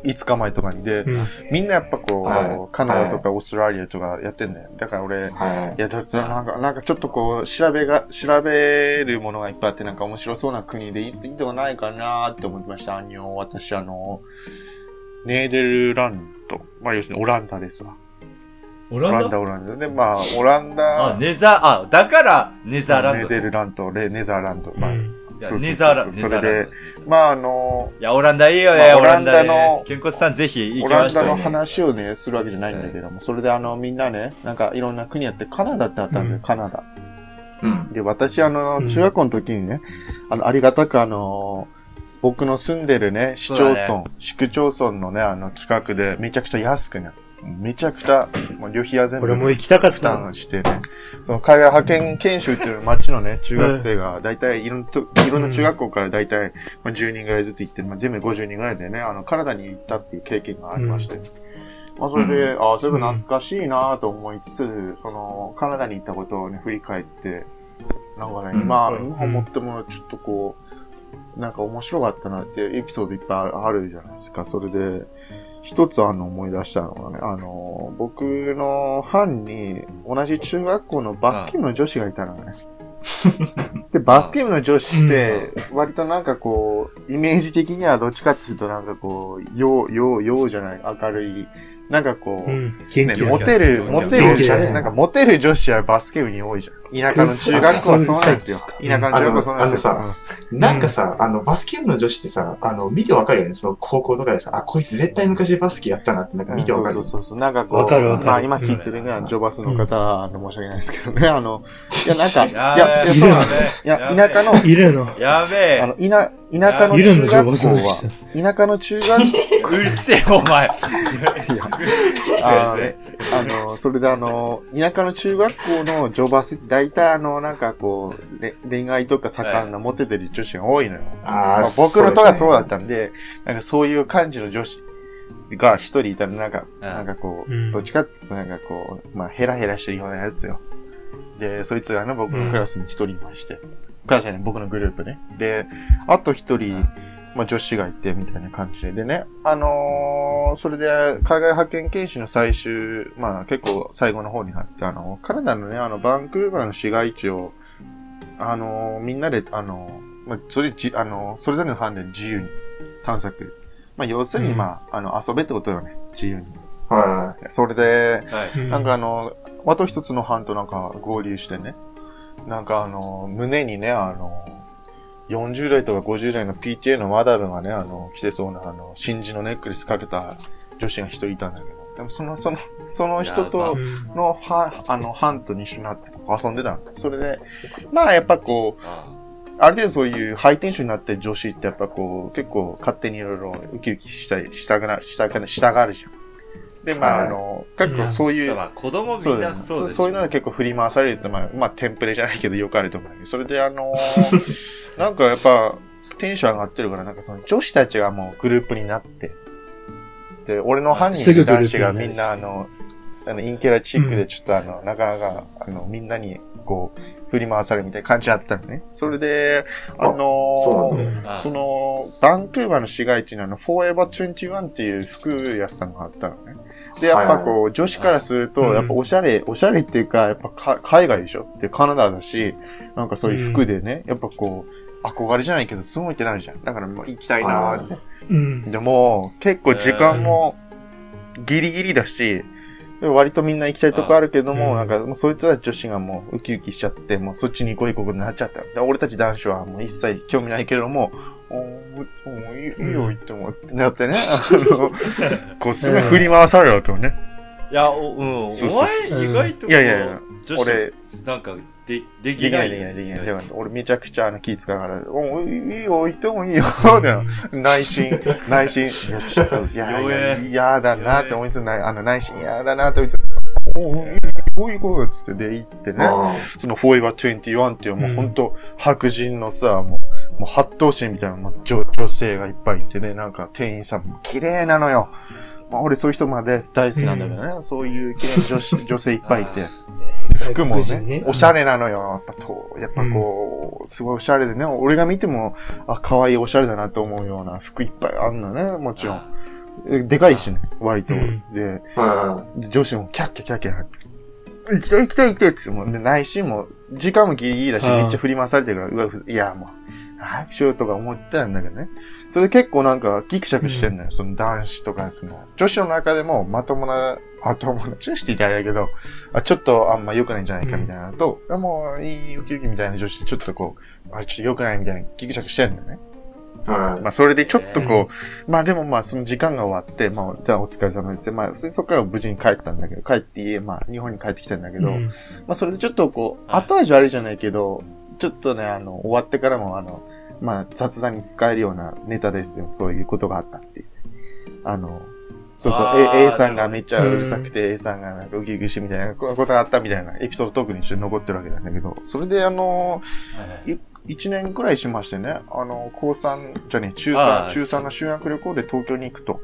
[SPEAKER 1] 5日前とかにで、
[SPEAKER 4] うん。
[SPEAKER 1] みんなやっぱこう、
[SPEAKER 3] はい
[SPEAKER 1] カナダとかオーストラリアとかやってんだよ。だから俺、い
[SPEAKER 3] はい。
[SPEAKER 1] や、だってなんか、なんかちょっとこう、調べが、調べるものがいっぱいあって、なんか面白そうな国でいいいいとこないかなーって思ってました。あの、私あの、ネーデルランド。まあ要するにオランダですわ。
[SPEAKER 2] オ
[SPEAKER 1] オ
[SPEAKER 2] ラ
[SPEAKER 1] ラ
[SPEAKER 2] ン
[SPEAKER 1] ン
[SPEAKER 2] ダ
[SPEAKER 1] ダ、オランダ。で、まあ、オランダ。
[SPEAKER 2] あ、ネザー、あ、だから、ネザーラン
[SPEAKER 1] ネ
[SPEAKER 2] ド。
[SPEAKER 1] デルランド、レネザーランド。
[SPEAKER 4] う
[SPEAKER 1] まあ、
[SPEAKER 4] ん
[SPEAKER 2] いや
[SPEAKER 1] そうそうそう
[SPEAKER 2] ネザーランド、
[SPEAKER 1] そ
[SPEAKER 2] ネ
[SPEAKER 1] れ
[SPEAKER 2] ザー
[SPEAKER 1] で
[SPEAKER 2] ランドです。
[SPEAKER 1] まあ、あの、
[SPEAKER 2] いや、オランダいいよ
[SPEAKER 1] ま
[SPEAKER 2] ね、
[SPEAKER 1] あ
[SPEAKER 2] オランダ
[SPEAKER 1] オランダの
[SPEAKER 2] ね。健康さんぜひ行
[SPEAKER 1] オ
[SPEAKER 2] き
[SPEAKER 1] ラ
[SPEAKER 2] ま
[SPEAKER 1] ン
[SPEAKER 2] した
[SPEAKER 1] ダの
[SPEAKER 2] よね。
[SPEAKER 1] 話をね、するわけじゃないんだけども、それであの、みんなね、なんかいろんな国やって、カナダってあったんですよ、
[SPEAKER 4] うん
[SPEAKER 1] カナダ。
[SPEAKER 3] うん。
[SPEAKER 1] で、私、あの、中学校の時にね、あの、ありがたくあの、僕の住んでるね、市町
[SPEAKER 2] そう
[SPEAKER 1] 村、市区町村のね、あの、企画で、めちゃくちゃ安くね、めちゃくちゃ、もう旅費は全部。
[SPEAKER 4] 俺も行きたかっ
[SPEAKER 1] 負
[SPEAKER 4] たな。
[SPEAKER 1] 担してね、その海外派遣研修っていう町のね、中学生が、だいたいいろんなと、いろんな中学校からだいたいまあ10人ぐらいずつ行って、まあ、全部50人ぐらいでね、あの、カナダに行ったっていう経験がありまして、まあ、それで、ああ、そういえば懐かしいなぁと思いつつ、その、カナダに行ったことをね、振り返って、なんかね、
[SPEAKER 3] うん
[SPEAKER 1] 今、
[SPEAKER 2] うん
[SPEAKER 1] 今思っても、ちょっとこう、なんか面白かったなっていうエピソードいっぱいあるじゃないですか。それで、一つあの思い出したのがね、あの、僕の班に同じ中学校のバスケ部の女子がいたのね。で、バスケ部の女子って、割となんかこう、イメージ的にはどっちかっていうとなんかこう、よう、よう、ようじゃない、明るい、なんかこう、
[SPEAKER 4] うん。元
[SPEAKER 1] ね、
[SPEAKER 4] 気
[SPEAKER 2] も
[SPEAKER 1] モ
[SPEAKER 4] だ。
[SPEAKER 1] テる、モテる
[SPEAKER 4] 元気だね
[SPEAKER 1] なんかモテる女子はバスケ部に多いじゃん。田舎の中学校はそうなんですよ。田舎の中学校はそうなんですよ。
[SPEAKER 3] あのあのなんかさ、あの、バスケ部の女子ってさ、あの、見てわかるよね。その高校とかでさ、あ、こいつ絶対昔バスケやったなって、なんか見てわかる
[SPEAKER 1] そう。そうそうそう。なんかこう、
[SPEAKER 4] わかるわかる
[SPEAKER 1] まあ今聞いてるね、ジョバスの方は、あの申し訳ないですけどね、あの、いやなんか、いや、
[SPEAKER 2] や
[SPEAKER 1] いや
[SPEAKER 2] べえ
[SPEAKER 1] そうなの。い
[SPEAKER 2] やべえ
[SPEAKER 1] や、田舎の、
[SPEAKER 4] いるの
[SPEAKER 2] やべ
[SPEAKER 1] あ
[SPEAKER 2] え
[SPEAKER 1] の、。田、田舎の
[SPEAKER 4] いる
[SPEAKER 1] 中
[SPEAKER 4] の
[SPEAKER 1] 学校は
[SPEAKER 4] ジョバ、
[SPEAKER 1] 田舎の中学 校
[SPEAKER 2] うるせえ、お前。
[SPEAKER 1] あーあの、それであの、田舎の中学校のジョバスって大体あの、なんかこう、れ恋愛とか盛んなモテてる女子が多いのよ。
[SPEAKER 3] あ
[SPEAKER 1] ま
[SPEAKER 3] あ
[SPEAKER 1] あ、僕のとがそうだ
[SPEAKER 3] っ
[SPEAKER 1] ったんで、なんかそういう感じの女子が一人いたら、なんか、
[SPEAKER 2] ん
[SPEAKER 1] なんかこう、
[SPEAKER 4] うん
[SPEAKER 1] どっちかって言うとなんかこう、まあヘラヘラしてるようなやつよ。で、そいつがね、僕のクラスに一人いまして。クラスじゃない、僕のグループね。で、あと一人、まあ女子がいて、みたいな感じで。でね、あのーそれで、海外派遣研修の最終、まあ結構最後の方になって、あの、カナダのね、あの、バンクーバーの市街地を、あのーみんなで、あのーまあ、それじ、あのーそれぞれの班で自由に探索。まあ、要するに、
[SPEAKER 4] うん
[SPEAKER 1] まあ、あの、遊べってことよね。自由に。
[SPEAKER 3] た。は
[SPEAKER 1] それで、
[SPEAKER 2] はい。
[SPEAKER 4] うん
[SPEAKER 1] なんかあの、あと一つの班となんか合流してね、なんかあの、胸にね、あの、40代とか50代の PTA のマダムがね、あの、着てそうな、あの、真珠のネックレスかけた女子が一人いたんだけど、でもその、その、その人
[SPEAKER 2] や
[SPEAKER 1] と
[SPEAKER 4] うん
[SPEAKER 1] の、は、あの、ハントに一緒になって遊んでたの。それで、まあやっぱこう、
[SPEAKER 2] あ
[SPEAKER 1] ある程度そういうハイテンションになってる女子ってやっぱこう、結構勝手にいろいろウキウキしたり、したくな、したくな、したがるじゃん。で、まあ
[SPEAKER 3] はい
[SPEAKER 1] あの、結構そう
[SPEAKER 2] あ
[SPEAKER 1] い
[SPEAKER 2] そうう、まあ子供み
[SPEAKER 1] そうだ
[SPEAKER 2] ん
[SPEAKER 1] よ
[SPEAKER 2] な
[SPEAKER 1] ね
[SPEAKER 2] そう
[SPEAKER 1] そ
[SPEAKER 2] で
[SPEAKER 1] う
[SPEAKER 2] す
[SPEAKER 1] そういうのは結構振り回されると、まあ、まあ、テンプレじゃないけど、よくあると思うんだけど、それで、あのーなんかやっぱ、テンション上がってるから、なんかその女子たちがもうグループになって、で、俺の犯人の男子がみんな、あの、あの、インキャラチックで、ちょっとあの、なかなか、あの、みんなに、こう、振り回されるみたいな感じあったのね。それで、あのー
[SPEAKER 3] あそう
[SPEAKER 4] う
[SPEAKER 3] なんだ。
[SPEAKER 4] ん
[SPEAKER 2] あ
[SPEAKER 1] その、バンクーバーの市街地にあの、フォーエバー21っていう服屋さんがあったのね。で、やっぱこう、女子からすると、
[SPEAKER 4] うん
[SPEAKER 1] やっぱおしゃれ、おしゃれっていうか、やっぱか海外でしょで、カナダだし、なんかそういう服でね、やっぱこう、憧れじゃないけど、すごいってなるじゃん。だからもう行きたいなーって。
[SPEAKER 4] うん。
[SPEAKER 1] でも、結構時間もギリギリだし、割とみんな行きたいとこあるけども、
[SPEAKER 4] うん
[SPEAKER 1] なんかもうそいつら女子がもうウキウキしちゃって、もうそっちに行こう行こうになっちゃった。で俺たち男子はもう一切興味ないけれども、おーおーいいいいよ行ってもってなって ね、あの、こうすごい振り回されるわけよね。
[SPEAKER 2] いや、お、うん、お
[SPEAKER 1] そうそう
[SPEAKER 4] そう
[SPEAKER 2] 前意外と、
[SPEAKER 1] いやいやいや、
[SPEAKER 2] 女子、
[SPEAKER 1] 俺、
[SPEAKER 2] なんか、で、で
[SPEAKER 1] で
[SPEAKER 2] き
[SPEAKER 1] きな
[SPEAKER 2] ないい。
[SPEAKER 1] できないできない。
[SPEAKER 2] い
[SPEAKER 1] でも俺めちゃくちゃあの気使うから、おーいいよ行ってもいいよ、みたいな。内心、 内心、いや、ちょっと、い や、い
[SPEAKER 2] 弱
[SPEAKER 1] や
[SPEAKER 2] え
[SPEAKER 1] 嫌だなって思いつつ、ないあの、内心嫌だなって思いつつ、おうおう、こういうことっつってで行ってね、
[SPEAKER 3] あ
[SPEAKER 1] そのフォーエバー21っていうもう
[SPEAKER 4] うん
[SPEAKER 1] ほんと白人のさ、もう、もう八頭身みたいなもう女女性がいっぱいいてね、なんか店員さんも綺麗なのよ。まあ俺そういう人まで大好きなんだけどね、そういう綺麗な女子女性いっぱいいて。服も
[SPEAKER 4] 外国人
[SPEAKER 1] ね
[SPEAKER 4] ね、
[SPEAKER 1] おしゃれなのよ。やっぱと、やっぱこう、すごいおしゃれでね、俺が見ても、あ、可愛いおしゃれだなと思うような服いっぱいあんのね、もちろん。ででかいしね、割と。
[SPEAKER 4] うん
[SPEAKER 1] で、
[SPEAKER 3] あ。はい
[SPEAKER 1] で女子もキャッキャキャッキャなって。行きたい行きたい行きたいって、もう、で内心も、時間もギリギリだし、
[SPEAKER 4] うん
[SPEAKER 1] めっちゃ振り回されてるから、うわ、ふいや、もう、早くしようとか思ってたんだけどね。それで結構なんか、ギクシャクしてんのよ、その男子とか、その、女子の中でも、まともな、まともな、女子って言ったらあれだけど、あ、ちょっとあんま良くないんじゃないかみたいなのと、あもう、いい、ウキウキみたいな女子、ちょっとこう、あれちょっと良くないみたいな、ギクシャクしてんのよね。
[SPEAKER 3] はい。
[SPEAKER 1] まあ、それでちょっとこう、まあでもまあ、その時間が終わって、まあ、じゃあお疲れ様です。まあ、そそこから無事に帰ったんだけど、帰って家、まあ、日本に帰ってきたんだけど、
[SPEAKER 4] うん
[SPEAKER 1] まあ、それでちょっとこう、
[SPEAKER 2] はい
[SPEAKER 1] 後味悪いじゃないけど、ちょっとね、あの、終わってからも、あの、まあ、雑談に使えるようなネタですよ。そういうことがあったっていう。あの、そうそ
[SPEAKER 2] あ
[SPEAKER 1] う、
[SPEAKER 2] ー
[SPEAKER 1] A, A さんが
[SPEAKER 2] なるほど
[SPEAKER 1] めっちゃうるさくて、A さんがなんかウキウキしてみたいなことがあったみたいなエピソードトークに一緒に残ってるわけなんだけど、それであの
[SPEAKER 2] はい
[SPEAKER 1] い一年くらいしましてね、あの、高三、じゃねえ、中
[SPEAKER 2] あ
[SPEAKER 1] 三、
[SPEAKER 2] あ
[SPEAKER 1] 中三の修学旅行で東京に行くと。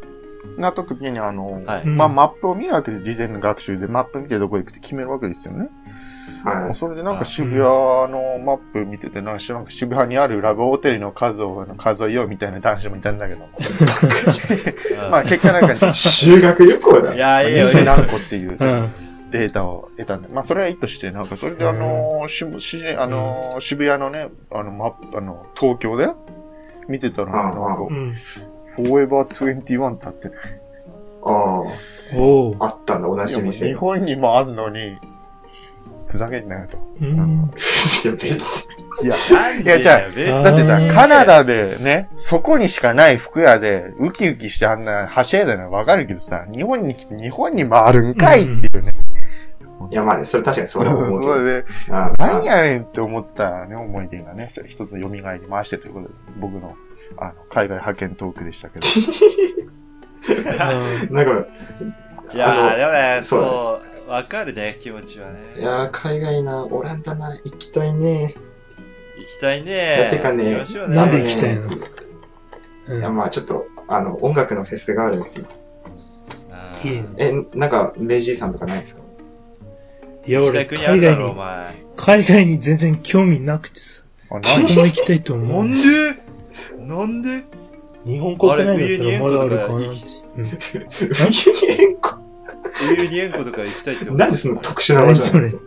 [SPEAKER 1] なった時に、あの、
[SPEAKER 2] はい。
[SPEAKER 4] うん
[SPEAKER 1] まあ、マップを見るわけです。事前の学習で、マップ見てどこ行くって決めるわけですよね。
[SPEAKER 3] は
[SPEAKER 1] それでなん
[SPEAKER 2] あ
[SPEAKER 1] か渋谷のマップ見てて、なんかなんか渋谷にあるラブホテルの数を数えようみたいな男子もいたんだけど。まあ、結果なんか
[SPEAKER 3] い。、修学旅行
[SPEAKER 2] い
[SPEAKER 3] だ。
[SPEAKER 2] や、いいよ、いい
[SPEAKER 1] 20
[SPEAKER 2] よ。
[SPEAKER 1] 何個っていう
[SPEAKER 4] う。ん。
[SPEAKER 1] データを得たんで、まあそれはいいとして、なんかそれであのー、ししあのー渋谷のね、あの、ま、あの、東京で見てたら、なんか、
[SPEAKER 3] う
[SPEAKER 4] うん。
[SPEAKER 1] フォーエバー21だって、
[SPEAKER 3] あ
[SPEAKER 4] おう
[SPEAKER 3] あ。あったんだ、同じ
[SPEAKER 1] いや日
[SPEAKER 3] 店。
[SPEAKER 1] 本にもあんのに、ふざけんなよと。
[SPEAKER 4] うん。
[SPEAKER 3] いや別に
[SPEAKER 1] いや、
[SPEAKER 2] なんで
[SPEAKER 1] い
[SPEAKER 2] だよ
[SPEAKER 1] やじゃあ
[SPEAKER 2] 別に
[SPEAKER 1] だって
[SPEAKER 4] あ
[SPEAKER 1] さ
[SPEAKER 4] ー、
[SPEAKER 1] カナダでね、そこにしかない服屋で、ウキウキしてあんな、はしゃいだのはわかるけどさ、日本に来て日本に回るんかいっていうね。
[SPEAKER 3] いや、まあね、それ確かにそ
[SPEAKER 1] そう
[SPEAKER 3] うだと
[SPEAKER 1] そう
[SPEAKER 3] 思うけ
[SPEAKER 1] そ
[SPEAKER 3] ど。
[SPEAKER 1] れで、
[SPEAKER 3] ああ
[SPEAKER 1] 何やねんって思ったね、思い出がね、一つ蘇りましてということで、僕の、あの、海外派遣トークでしたけど。
[SPEAKER 3] なんか、
[SPEAKER 2] いや、
[SPEAKER 3] あ
[SPEAKER 2] でもね、
[SPEAKER 3] そうだね
[SPEAKER 2] そう、わかるね、気持ちはね。
[SPEAKER 3] いやー、海外な、オランダな、行きたいね。
[SPEAKER 2] 行きたいね。
[SPEAKER 3] だってかね
[SPEAKER 2] 行きましょう
[SPEAKER 4] なんで
[SPEAKER 2] ね。
[SPEAKER 4] 行きたいの
[SPEAKER 3] いや、
[SPEAKER 4] う
[SPEAKER 3] まあちょっと、あの、音楽のフェスがあるんですよ。
[SPEAKER 4] ん。いいね
[SPEAKER 2] うん。
[SPEAKER 3] え、なんか、メイジーさんとかないですか
[SPEAKER 4] いや、
[SPEAKER 2] 行きた
[SPEAKER 4] 俺、
[SPEAKER 2] い国ある
[SPEAKER 4] 海
[SPEAKER 2] だ
[SPEAKER 4] 外
[SPEAKER 2] ろ、お
[SPEAKER 4] に、
[SPEAKER 2] 前。
[SPEAKER 4] 海外に全然興味なくてさ、
[SPEAKER 1] あ、
[SPEAKER 4] ど
[SPEAKER 1] 何
[SPEAKER 4] こも行きた いと
[SPEAKER 2] な
[SPEAKER 4] 思う。
[SPEAKER 2] んでなんで
[SPEAKER 4] 日本国内だったらまだあるかな
[SPEAKER 2] あれ
[SPEAKER 4] って。うん
[SPEAKER 3] ユニエンコ。
[SPEAKER 2] ウユニ塩湖とか行きたいって思う
[SPEAKER 3] なんでその特殊な場所なの
[SPEAKER 4] 何そ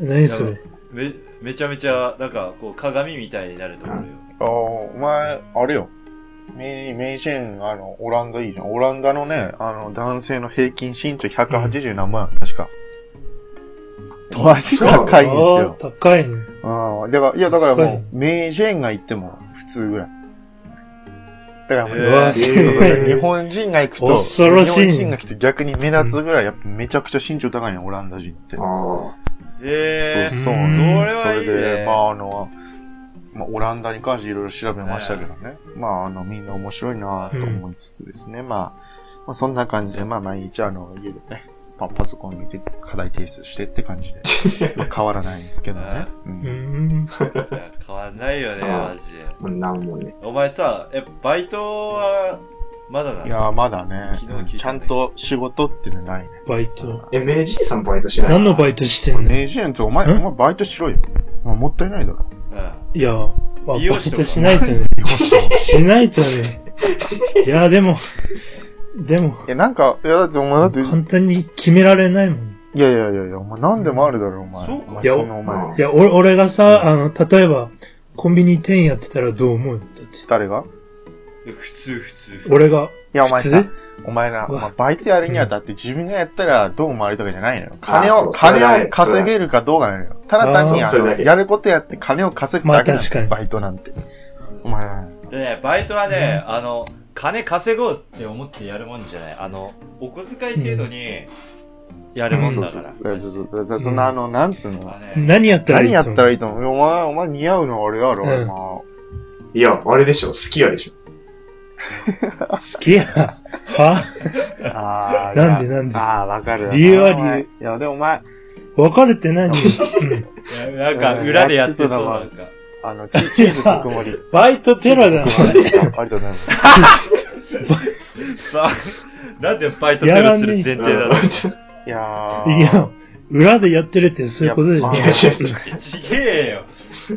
[SPEAKER 4] 何それ
[SPEAKER 2] めめちゃめちゃ、なんか、こう、鏡みたいになると思うよ。
[SPEAKER 1] あ、お前、あれよ。名名人、あの、オランダいいじゃん。オランダのね、あの、男性の平均身長180何万、確か。と足高いんです
[SPEAKER 4] あ
[SPEAKER 1] よ。
[SPEAKER 4] あ、高いね。
[SPEAKER 1] うん。だから、いや、だから
[SPEAKER 4] 高い
[SPEAKER 1] もう、名人が言っても、普通ぐらい。からもう、
[SPEAKER 2] えー
[SPEAKER 1] そうそう
[SPEAKER 3] えー
[SPEAKER 1] 日本人が行くと、
[SPEAKER 4] 恐ろしい
[SPEAKER 1] 日本人が来て逆に目立つぐらい、やっぱめちゃくちゃ身長高いんや、オランダ人って。
[SPEAKER 3] あ
[SPEAKER 2] ええー、
[SPEAKER 1] そうそう
[SPEAKER 4] うん
[SPEAKER 1] なんです
[SPEAKER 2] それはいいね
[SPEAKER 1] それで、まああの、まあ、オランダに関していろいろ調べましたけどね。まああの、みんな面白いなと思いつつですね。まあ、まあそんな感じで、まあ毎日あの、家でね、まあパソコン見て課題提出してって感じで、まあ変わらないんですけどね。う
[SPEAKER 4] うんん。
[SPEAKER 2] いや変わんないよね、
[SPEAKER 3] あー
[SPEAKER 2] マジで。
[SPEAKER 3] あ、なんもね。
[SPEAKER 2] お前さ、え、バイトは、まだなの
[SPEAKER 1] いやーまだね、
[SPEAKER 2] 昨日聞いたんだけど
[SPEAKER 1] ちゃんと仕事ってのないね。
[SPEAKER 4] バイト。
[SPEAKER 3] え、明治さんバイトしない
[SPEAKER 4] 何のバイトしてんの
[SPEAKER 1] ネジエンツ、お前、
[SPEAKER 4] ん
[SPEAKER 1] お前バイトしろよ。お前もったいないだろ。
[SPEAKER 2] う
[SPEAKER 4] いや、まあ、バ
[SPEAKER 2] 美
[SPEAKER 4] イ
[SPEAKER 2] 容師とか
[SPEAKER 4] トしないとね。
[SPEAKER 1] 美容師
[SPEAKER 4] しないとね。いや、でも、でも、
[SPEAKER 1] え、なんか、いや、だってお前だって、
[SPEAKER 4] 簡単に決められないもん。
[SPEAKER 1] いやいやいやいや、お前何でもあるだろ、お前。
[SPEAKER 2] そうか
[SPEAKER 1] お前そんなお前
[SPEAKER 3] う。
[SPEAKER 4] いや、俺、俺がさ、あの、例えば、コンビニ店員やってたらどう思うだって。
[SPEAKER 1] 誰が
[SPEAKER 2] ん。普通、普通。普通
[SPEAKER 4] 俺。が、
[SPEAKER 1] いや、お前
[SPEAKER 4] 普
[SPEAKER 1] さ
[SPEAKER 4] 通、
[SPEAKER 1] お前な、
[SPEAKER 4] う
[SPEAKER 1] お
[SPEAKER 4] わ
[SPEAKER 1] 前バイトやるにはだって自分がやったらどう回るとかじゃないのよ。金
[SPEAKER 3] あそ
[SPEAKER 1] を、
[SPEAKER 3] うそれだ
[SPEAKER 1] 金
[SPEAKER 3] ね
[SPEAKER 1] を稼げるかどうかなのよ。ただ単に
[SPEAKER 4] あ
[SPEAKER 1] あ
[SPEAKER 3] そうそれ
[SPEAKER 1] の、
[SPEAKER 3] だけ
[SPEAKER 1] やることやって金を稼ぐだけな
[SPEAKER 4] まあ確か
[SPEAKER 1] の
[SPEAKER 4] に
[SPEAKER 1] よ、バイトなんて。お前、
[SPEAKER 2] でね、バイトはね、あの、金稼ごうって思ってやるもんじゃない。あの、お小遣い程度に、やるもん
[SPEAKER 1] そう
[SPEAKER 2] だ
[SPEAKER 1] そ
[SPEAKER 2] か
[SPEAKER 1] う
[SPEAKER 2] ら。
[SPEAKER 1] そうそうそうそう。そんなあの、なんつうの
[SPEAKER 2] まあね
[SPEAKER 4] 何やったらいい
[SPEAKER 1] 何や
[SPEAKER 4] と思
[SPEAKER 1] っ
[SPEAKER 4] う
[SPEAKER 1] たらいいと思うお前、お前似合うのあれやろ、
[SPEAKER 4] うん
[SPEAKER 1] ま
[SPEAKER 3] いや、あれでしょ、好きやでしょ。
[SPEAKER 4] 好きや。は
[SPEAKER 1] ああー
[SPEAKER 4] なんで
[SPEAKER 1] いや
[SPEAKER 4] なんで
[SPEAKER 1] ああ、わかるな。
[SPEAKER 4] 理由は理由
[SPEAKER 1] お前いや、でもお前、
[SPEAKER 4] 別れて何、
[SPEAKER 2] いやなんか、裏でやってそう、なんか。
[SPEAKER 1] あの、チチーズ特盛り。
[SPEAKER 4] うんバイトテロだな。
[SPEAKER 1] チーズ特盛りありがとうございます。
[SPEAKER 2] ばなんでバイトテロする前提なの
[SPEAKER 1] いやー。
[SPEAKER 4] いや、裏でやってるってそういうことでし
[SPEAKER 1] いや
[SPEAKER 4] ょ。
[SPEAKER 3] う
[SPEAKER 2] えちげえよ。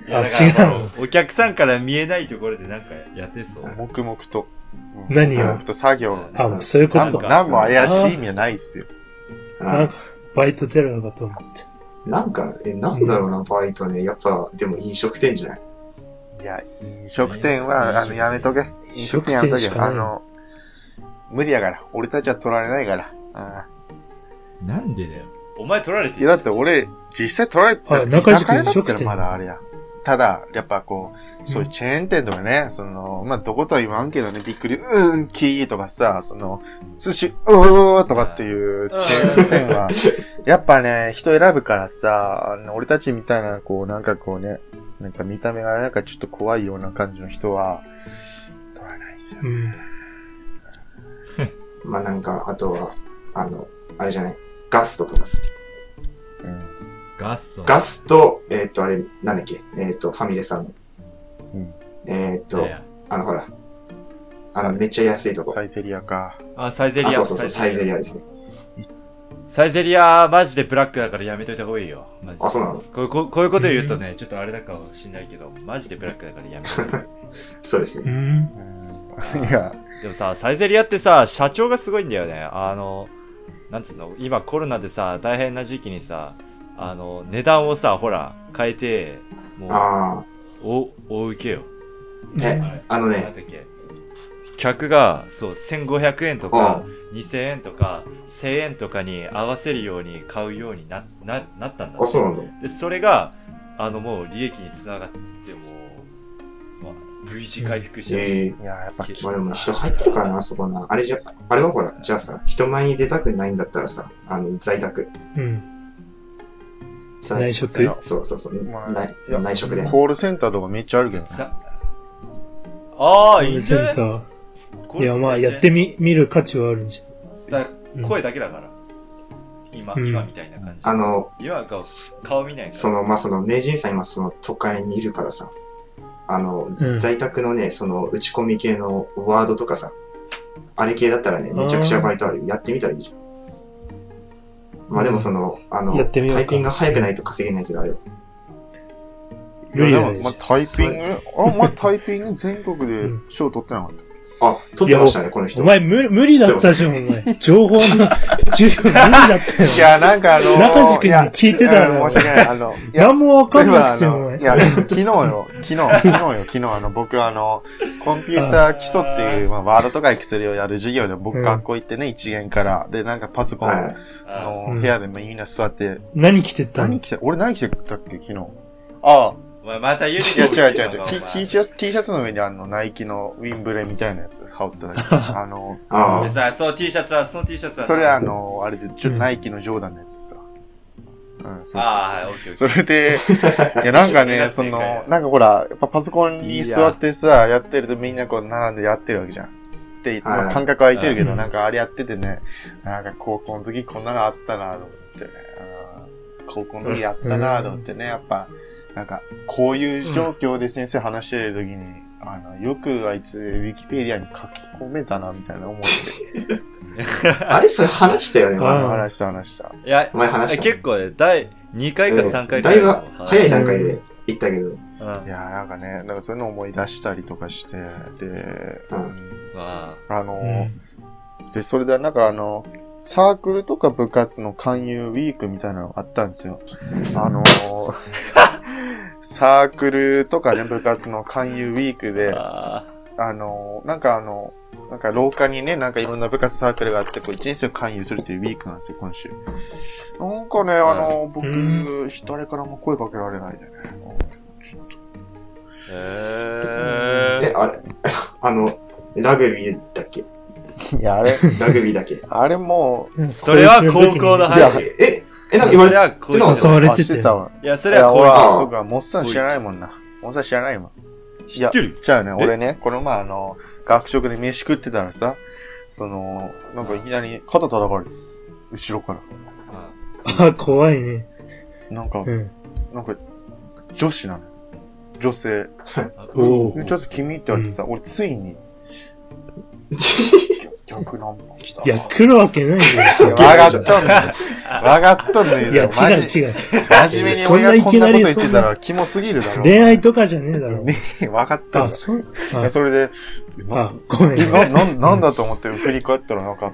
[SPEAKER 2] いや、
[SPEAKER 4] あ
[SPEAKER 2] だから
[SPEAKER 4] 違うの
[SPEAKER 2] お客さんから見えないところでなんかやってそう。
[SPEAKER 1] 黙々と。うん
[SPEAKER 4] 何
[SPEAKER 1] 黙
[SPEAKER 4] が
[SPEAKER 1] 々と作業がね。
[SPEAKER 4] あ、もうそういうこ
[SPEAKER 1] なん
[SPEAKER 4] と
[SPEAKER 1] も、
[SPEAKER 4] か。
[SPEAKER 1] なんも怪しい意味はないっすよ。
[SPEAKER 4] なん
[SPEAKER 3] ん
[SPEAKER 4] か、バイトテロだと思って。
[SPEAKER 3] なんか、え、なんだろうな、バイトね。やっぱ、でも飲食店じゃない
[SPEAKER 1] いや、飲食店は、あの、やめとけ。飲食店やめとけ。
[SPEAKER 4] 飲食店し
[SPEAKER 1] あ
[SPEAKER 4] かない
[SPEAKER 1] の、無理やから。俺たちは取られないから。あ
[SPEAKER 2] なんでだよ。お前取られて
[SPEAKER 1] ーいや、だって俺、実際取られて、
[SPEAKER 4] はい
[SPEAKER 1] 居
[SPEAKER 4] 中島
[SPEAKER 1] 酒屋だった
[SPEAKER 4] 飲食
[SPEAKER 1] ら
[SPEAKER 4] 店
[SPEAKER 1] まだあれや。ただ、やっぱこう、そういうチェーン店とかね、その、まあ、どことは言わんけどね、びっくり、うーん、キーとかさ、その、寿司、うーとかっていうチェーン店は、やっぱね、人選ぶからさ、あの俺たちみたいな、こう、なんかこうね、なんか見た目がなんかちょっと怖いような感じの人は、取らないですよ。
[SPEAKER 4] うん。
[SPEAKER 3] まあなんか、あとは、あの、あれじゃないガストとかさ。
[SPEAKER 1] うん。
[SPEAKER 2] ガッソン。
[SPEAKER 3] ガスト、えっ、と、あれ、なんだっけえっ、と、ファミレさんの。
[SPEAKER 1] うん
[SPEAKER 3] えっ、と
[SPEAKER 2] い、や
[SPEAKER 3] あの、ほら、あの、めっちゃ安いとこ
[SPEAKER 1] サ。イゼリアか。
[SPEAKER 2] あ、サイゼリ
[SPEAKER 3] あ、
[SPEAKER 2] ア。
[SPEAKER 3] そうそうそう、サ
[SPEAKER 2] サイ
[SPEAKER 3] イ
[SPEAKER 2] ゼ
[SPEAKER 3] ゼ
[SPEAKER 2] リア。
[SPEAKER 3] リアですね。
[SPEAKER 2] サイゼリア、マジでブラックだからやめといた方がいいよ。マジで
[SPEAKER 3] あ、そうなの
[SPEAKER 2] こうこうこういうこと言うとね、ちょっとあれだかもしんないけど、マジでブラックだからやめといた方がいい。
[SPEAKER 3] そうです
[SPEAKER 4] う
[SPEAKER 3] ね。
[SPEAKER 4] ん。
[SPEAKER 1] うん。 いや、
[SPEAKER 2] でもさ、サイゼリアってさ、社長がすごいんだよね。あの、なんつうの、今コロナでさ、大変な時期にさ、あの、値段をさ、ほら、変えて、も
[SPEAKER 3] あ
[SPEAKER 2] う、お、大受けよ。
[SPEAKER 3] え
[SPEAKER 4] ね
[SPEAKER 3] あのね
[SPEAKER 2] なんだっけ客が、そう、1500円とか、2000円とか、1000円とかに合わせるように買うようにな、な、なったんだ
[SPEAKER 3] あ、あ、そうなんだ。
[SPEAKER 2] で、それが、あの、もう利益につながって、もう、まあ、V 字回復してる
[SPEAKER 3] ええ
[SPEAKER 1] いや、やっぱ、
[SPEAKER 3] まあでも人入ってるからな、あそこな。あれじゃ、あれはほら、じゃあさ、人前に出たくないんだったらさ、あの、在宅。
[SPEAKER 4] うん。
[SPEAKER 3] 在
[SPEAKER 4] 内職
[SPEAKER 3] そうそうそう。
[SPEAKER 1] まあ
[SPEAKER 3] 内
[SPEAKER 1] いや
[SPEAKER 3] 内職で。
[SPEAKER 1] コールセンターとかめっちゃあるけどね。
[SPEAKER 2] さああ、いいんじ
[SPEAKER 4] セ
[SPEAKER 2] ゃな
[SPEAKER 4] ン
[SPEAKER 2] い
[SPEAKER 4] ター。いや、まあ、やって
[SPEAKER 2] み
[SPEAKER 4] み、見る価値はあるんじうん
[SPEAKER 2] 声だけだから。今、
[SPEAKER 4] うん
[SPEAKER 2] 今みたいな感じ。
[SPEAKER 3] あの、
[SPEAKER 2] 今は顔、
[SPEAKER 3] そ
[SPEAKER 2] 顔見ないから。
[SPEAKER 3] その、まあ、その、名人さん今その都会にいるからさ、あの、
[SPEAKER 4] うん
[SPEAKER 3] 在宅のね、その打ち込み系のワードとかさ、あれ系だったらね、めちゃくちゃバイトあるよ。やってみたらいいじゃん。まあでもその、あの、
[SPEAKER 4] やってみようか
[SPEAKER 3] タイピングが早くないと稼げないけど、あれは。
[SPEAKER 1] いや、でも、
[SPEAKER 4] 無理だ
[SPEAKER 1] まあ、
[SPEAKER 4] よ
[SPEAKER 1] タイピング、あ、お前タイピング全国で賞取ってなかった。
[SPEAKER 3] あ、取ってましたね、この
[SPEAKER 4] ゃん。
[SPEAKER 3] 人。
[SPEAKER 4] お前、無無理だったじゃん、お前。情報の、情報無理だったよ。
[SPEAKER 1] いや、なんかあのー、
[SPEAKER 4] 中地君に
[SPEAKER 1] いや
[SPEAKER 4] 聞いてたら
[SPEAKER 1] うん申し訳ない。あの、いや
[SPEAKER 4] 何もわ
[SPEAKER 1] そ
[SPEAKER 4] か
[SPEAKER 1] うんいえばあ
[SPEAKER 4] なくて、お
[SPEAKER 1] の、
[SPEAKER 4] 前
[SPEAKER 1] い。や、昨日よ、昨日、昨日よ、昨日、あの、僕、あの、コンピューター基礎っていう、まあ、ワードとかエクセルをやる授業で、
[SPEAKER 4] う
[SPEAKER 1] 僕、
[SPEAKER 4] ん
[SPEAKER 1] 学校行ってね、一元から。で、なんかパソコ
[SPEAKER 3] は
[SPEAKER 1] ン
[SPEAKER 3] い。
[SPEAKER 2] あ
[SPEAKER 1] の
[SPEAKER 4] うん
[SPEAKER 1] 部屋でみんな座って、
[SPEAKER 4] 何着てったの
[SPEAKER 1] 何着て、俺何着てたっけ、昨日。ああ、
[SPEAKER 2] お前またユニ
[SPEAKER 1] い
[SPEAKER 2] フ
[SPEAKER 1] や
[SPEAKER 2] ォーム着て
[SPEAKER 1] 違う違う
[SPEAKER 2] る
[SPEAKER 1] 違う
[SPEAKER 2] のか
[SPEAKER 1] T-
[SPEAKER 2] お前
[SPEAKER 1] T シャツ。T シャツの上にあの、ナイキのウィンブレみたいなやつ羽織っただけ。あの、
[SPEAKER 3] あ
[SPEAKER 2] でさ、そう T シャツは、その T シャツは。
[SPEAKER 1] それあ
[SPEAKER 2] の、
[SPEAKER 1] の、あれで、ちょ
[SPEAKER 4] うん
[SPEAKER 1] ナイキのジョーダンのやつさ。うん、そうそう
[SPEAKER 2] ああ、
[SPEAKER 1] そう
[SPEAKER 2] はい、オッケーオッケ
[SPEAKER 1] そ
[SPEAKER 2] ー。
[SPEAKER 1] れで、いやなんか
[SPEAKER 2] い
[SPEAKER 1] ね、
[SPEAKER 2] や
[SPEAKER 1] そ
[SPEAKER 2] 正解
[SPEAKER 1] の
[SPEAKER 2] や、
[SPEAKER 1] なんかほら、やっぱパソコンに座ってさ、やってるとみんなこう並んでやってるわけじゃん。って、ま
[SPEAKER 3] は
[SPEAKER 1] あ、
[SPEAKER 3] い
[SPEAKER 1] 感覚空いてるけ
[SPEAKER 4] う
[SPEAKER 1] ど、
[SPEAKER 4] ん
[SPEAKER 1] なんかあれやっててね、なんか高校の時こんなのあったなと思ってね、うん高校の時やったなと思ってね、やっぱ、なんか、こういう状況で先生話してる時に、あの、よくあいつ、ウィキペディアに書き込めたな、みたいな思って、
[SPEAKER 3] あれそれ話したよね、
[SPEAKER 4] うん
[SPEAKER 3] 前
[SPEAKER 1] 話した話した。
[SPEAKER 2] いや、
[SPEAKER 3] 前話した。
[SPEAKER 2] 結構ね、第2回か3回
[SPEAKER 3] だ
[SPEAKER 2] ら
[SPEAKER 3] い
[SPEAKER 2] の
[SPEAKER 3] ぶ早い
[SPEAKER 2] は
[SPEAKER 3] 段階で言ったけど。
[SPEAKER 2] うん
[SPEAKER 1] いやーなんかね、なんかそういうの思い出したりとかして、で、
[SPEAKER 3] うん
[SPEAKER 2] あ
[SPEAKER 1] あの
[SPEAKER 4] う
[SPEAKER 1] ー
[SPEAKER 4] ん
[SPEAKER 1] で、それでなんかあの、サークルとか部活の勧誘ウィークみたいなのがあったんですよ。あの ーサークルとかね、部活の勧誘ウィーク
[SPEAKER 2] ー
[SPEAKER 1] で、
[SPEAKER 2] あ
[SPEAKER 1] あのーなんかあの、なんか廊下にね、なんかいろんな部活サークルがあって、こう一年生を勧誘するっていうウィークなんですよ、今週。なんかね、あのー
[SPEAKER 4] う
[SPEAKER 1] 僕、誰からも声かけられないでね。ちょっと
[SPEAKER 2] ー。へ
[SPEAKER 3] え、
[SPEAKER 2] え。
[SPEAKER 3] あれ あの、ラグビーだっけ
[SPEAKER 1] いや、あれ、
[SPEAKER 3] ラグビー だっけ
[SPEAKER 1] あれもう、
[SPEAKER 2] それは高校の
[SPEAKER 4] あ
[SPEAKER 2] はい
[SPEAKER 3] いやえ、え、なんか今
[SPEAKER 2] それ、はこういう
[SPEAKER 3] でも
[SPEAKER 4] 使われ
[SPEAKER 1] あ、
[SPEAKER 4] て
[SPEAKER 1] しててたわ。
[SPEAKER 2] いや、そ
[SPEAKER 1] い
[SPEAKER 2] れ
[SPEAKER 1] や、
[SPEAKER 2] は
[SPEAKER 1] 俺
[SPEAKER 2] こ
[SPEAKER 1] は、
[SPEAKER 3] あ
[SPEAKER 1] そうか、モッサン知らないもんな。モッサン知らないもん。
[SPEAKER 2] ういう。知ってる
[SPEAKER 1] じゃあね、俺ね、この前あの、学食で飯食ってたらさ、その、なんかいきなり肩叩かれて、後ろから。
[SPEAKER 4] あ、怖いね。
[SPEAKER 1] なんか
[SPEAKER 4] う、ん。
[SPEAKER 1] なんか、女子なの。女性。
[SPEAKER 2] あ
[SPEAKER 4] お
[SPEAKER 1] でちょっと君って言われてさ、俺ついに、逆ナンパ来た。
[SPEAKER 4] いや、来るわけない
[SPEAKER 1] いやわかっとんねん。わかっとんねん
[SPEAKER 4] よ。いや、
[SPEAKER 1] けど、マ
[SPEAKER 4] 違う
[SPEAKER 1] ジ、
[SPEAKER 4] 違う。
[SPEAKER 1] 真面目に俺がこんなこと言ってたら、キモすぎるだろ。
[SPEAKER 4] 恋愛とかじゃねえだろ。
[SPEAKER 1] ねえ、わかっとん
[SPEAKER 4] あ
[SPEAKER 1] ね、
[SPEAKER 4] そう。
[SPEAKER 1] ん。い
[SPEAKER 4] あ
[SPEAKER 1] や、それで、
[SPEAKER 4] あ、ごめん。
[SPEAKER 1] え、な、なん、 なんだと思って振り返ったらなんか、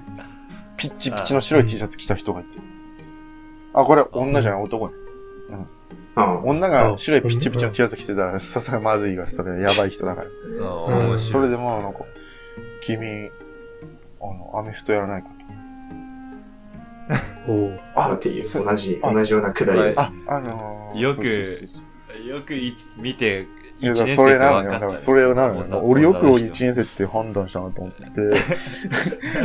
[SPEAKER 1] ピッチピチの白い T シャツ着た人がいて。あ、これ女じゃない、男ね。
[SPEAKER 3] うん。
[SPEAKER 1] 女が白いピッチピチの T シャツ着てたら、さすがにまずいから、それやばい人だから。
[SPEAKER 4] うん
[SPEAKER 2] 面白い
[SPEAKER 1] それでもうなんか、君、あの、アメフトやらないか
[SPEAKER 4] おう
[SPEAKER 1] あ
[SPEAKER 3] っていう、
[SPEAKER 1] そう
[SPEAKER 3] 同じ、
[SPEAKER 1] あ
[SPEAKER 3] 同じようなくだり
[SPEAKER 2] はい
[SPEAKER 3] で。
[SPEAKER 1] と。あ、あのー、
[SPEAKER 2] よく
[SPEAKER 1] そうそうそう
[SPEAKER 2] よくいち見て、
[SPEAKER 1] い
[SPEAKER 2] 一
[SPEAKER 1] や、だから
[SPEAKER 2] 年
[SPEAKER 1] そ
[SPEAKER 2] 生
[SPEAKER 1] れ
[SPEAKER 2] って
[SPEAKER 1] なの
[SPEAKER 2] 分
[SPEAKER 1] よ。だ
[SPEAKER 2] かっ
[SPEAKER 1] か
[SPEAKER 2] たん
[SPEAKER 1] ら
[SPEAKER 2] です。
[SPEAKER 1] それをなの
[SPEAKER 2] 女
[SPEAKER 1] よ。俺よく
[SPEAKER 2] 女の人
[SPEAKER 1] 1年生って判断したなと思っ てて。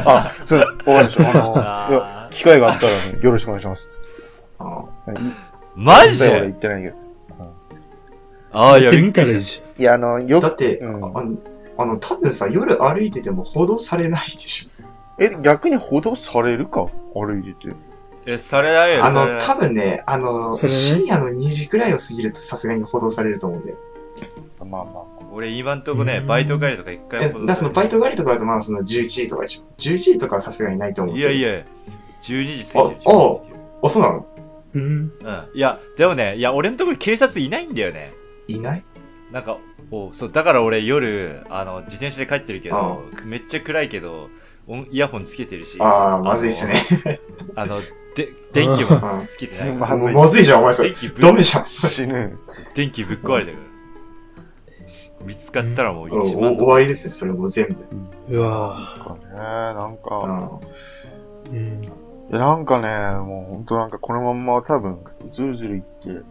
[SPEAKER 1] あ、そう、わかりました。あ
[SPEAKER 2] あ
[SPEAKER 1] のい
[SPEAKER 2] ー
[SPEAKER 1] や、機会があったらね、よろしくお願いします。つって。
[SPEAKER 3] うん
[SPEAKER 2] マ
[SPEAKER 1] 一
[SPEAKER 2] ジ
[SPEAKER 1] 切俺
[SPEAKER 2] で
[SPEAKER 1] 言ってないけど。
[SPEAKER 2] ああ、いや、
[SPEAKER 4] やって
[SPEAKER 2] びっ
[SPEAKER 4] み
[SPEAKER 2] く
[SPEAKER 4] た
[SPEAKER 2] り
[SPEAKER 4] らいい
[SPEAKER 2] し
[SPEAKER 4] じゃん。
[SPEAKER 1] いや、あの、よ
[SPEAKER 3] だって、あ
[SPEAKER 1] うん
[SPEAKER 3] の、あの多分さ、夜歩いてても報道されないでしょ。
[SPEAKER 1] え、逆に補導されるか歩いてて。
[SPEAKER 2] た。え、それだよ、
[SPEAKER 3] あ
[SPEAKER 2] それ
[SPEAKER 3] の、
[SPEAKER 2] だ
[SPEAKER 3] 多
[SPEAKER 2] よ。
[SPEAKER 3] 分ね、あの、
[SPEAKER 4] それね
[SPEAKER 3] 深夜の2時くらいを過ぎるとさすがに報道されると思うんで。
[SPEAKER 1] まあまあ。。
[SPEAKER 2] 俺今んとこね、バイト帰りとか一
[SPEAKER 3] え、
[SPEAKER 2] 回
[SPEAKER 3] だ
[SPEAKER 2] も
[SPEAKER 3] からそのバイト帰りとかだとまあその11時とかでしょ。11時とかはさすがにないと思う
[SPEAKER 2] い
[SPEAKER 3] け
[SPEAKER 2] や
[SPEAKER 3] ど。
[SPEAKER 2] い
[SPEAKER 3] や。
[SPEAKER 2] や、12時過ぎてる。12
[SPEAKER 3] あ
[SPEAKER 2] 時過ぎてる
[SPEAKER 3] あ、そうなの
[SPEAKER 4] うん。
[SPEAKER 2] うん。いや、でもね、いや、俺のところ警察いないんだよね。
[SPEAKER 3] いない
[SPEAKER 2] なんか、おそう、だから俺夜、あの、自転車で帰ってるけ
[SPEAKER 3] あ
[SPEAKER 2] ど、めっちゃ暗いけど、オンイヤホンつけてるし。
[SPEAKER 3] ああ、まずいっすね。
[SPEAKER 2] あの。あの、で、電気も
[SPEAKER 3] うん
[SPEAKER 2] つけてない
[SPEAKER 1] ま
[SPEAKER 3] も
[SPEAKER 1] ず
[SPEAKER 3] う
[SPEAKER 1] い
[SPEAKER 3] まずいじゃん、お前それ
[SPEAKER 2] 電。気ぶっ
[SPEAKER 3] ダメじゃん。
[SPEAKER 1] 死ぬ。
[SPEAKER 2] 電気ぶっ壊れてる。見つかったらもう
[SPEAKER 3] うん お
[SPEAKER 2] 一万
[SPEAKER 3] 終わりですね、それもう全部。
[SPEAKER 4] うわ
[SPEAKER 1] なんかね、なんか、
[SPEAKER 3] う
[SPEAKER 4] ぁ。うん。
[SPEAKER 1] いやなんかね、もうほんとなんかこのまんま多分、ずるずるいって。
[SPEAKER 3] ん。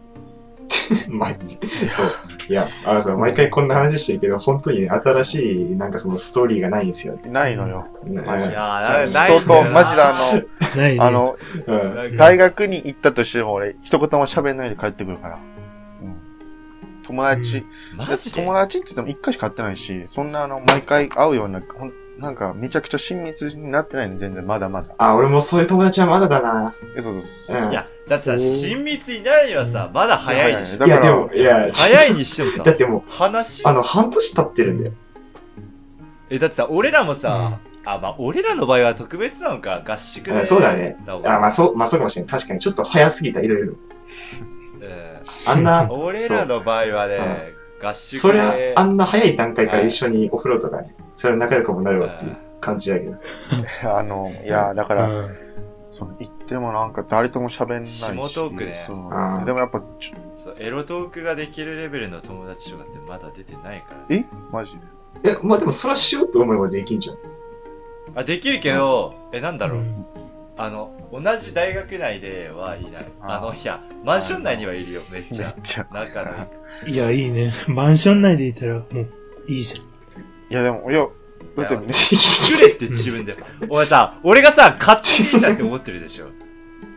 [SPEAKER 3] 毎日。そう。いや、あのさ、毎回こんな話してるけど、本当にね、新しい、なんかそのストーリーがないんですよね。
[SPEAKER 1] ないのよ。
[SPEAKER 3] うん
[SPEAKER 1] マジ
[SPEAKER 2] いやー、なない
[SPEAKER 1] 人と、マジであ
[SPEAKER 4] ないね。
[SPEAKER 1] の、あの、
[SPEAKER 3] うん。
[SPEAKER 2] の
[SPEAKER 1] 大学に行ったとしても俺、一言も喋んないで帰ってくるから。うん友達、
[SPEAKER 2] マジで
[SPEAKER 1] 友達って言っても一回しか会ってないし、そんなあの、毎回会うような、ほんなんかめちゃくちゃ親密になってないの、全然、まだまだ。
[SPEAKER 3] あ、俺もそういう友達はまだだな。
[SPEAKER 1] え、そうそうそう。
[SPEAKER 3] うん。
[SPEAKER 2] いや、だって
[SPEAKER 4] う
[SPEAKER 2] さ、
[SPEAKER 4] ん
[SPEAKER 2] 親密になるにはさ、まだ早いでしょ。
[SPEAKER 1] だ
[SPEAKER 3] い
[SPEAKER 1] か
[SPEAKER 3] や、
[SPEAKER 1] ら
[SPEAKER 3] でも、いや、
[SPEAKER 2] 早いにしてもさ
[SPEAKER 3] だ、ってもう、
[SPEAKER 2] 話
[SPEAKER 3] あの、半年経ってるんだよ。
[SPEAKER 2] え、だってさ、俺らもさ、あ、まあ、俺らの場合は特別なのか、合宿
[SPEAKER 3] う
[SPEAKER 2] で。
[SPEAKER 3] んそうだね
[SPEAKER 2] だもん。
[SPEAKER 3] あ、まあ、そう、まあ、そうかもしれない。確かに、ちょっと早すぎた、いろいろ。
[SPEAKER 2] うん
[SPEAKER 3] あんな、
[SPEAKER 2] 俺らの場合はね、合
[SPEAKER 3] そ
[SPEAKER 2] 宿
[SPEAKER 3] りゃ
[SPEAKER 2] で、。
[SPEAKER 3] あんな早い段階から一緒にお風呂とかね、それは仲良くもなるわっていう感じだけど。
[SPEAKER 1] あの、いや、だか
[SPEAKER 4] う
[SPEAKER 1] ら、
[SPEAKER 4] ん
[SPEAKER 1] その、行ってもなんか誰とも喋んないし。
[SPEAKER 2] 下トークね
[SPEAKER 1] そう
[SPEAKER 3] あー
[SPEAKER 1] でもやっぱ、ちょ
[SPEAKER 2] そうエロトークができるレベルの友達とかってまだ出てないから。
[SPEAKER 1] えマジ
[SPEAKER 3] え、まあでも、それはしようと思えばできんじゃん。
[SPEAKER 2] あ、できるけど、え、なんだろう。
[SPEAKER 4] うん
[SPEAKER 2] ああの、同じ大学内ではいない。あ
[SPEAKER 1] あー
[SPEAKER 2] の、いや、マンション内にはいるよ、めっち
[SPEAKER 1] めっ
[SPEAKER 2] ゃ。
[SPEAKER 1] ちゃ。
[SPEAKER 2] 仲のいい。
[SPEAKER 4] いや、いいね。マンション内でいたら、もう、いいじ
[SPEAKER 1] いやでも、いや、だって、
[SPEAKER 2] いやくれって自分で。お前さ、俺がさ、勝手にだって思ってるでしょ。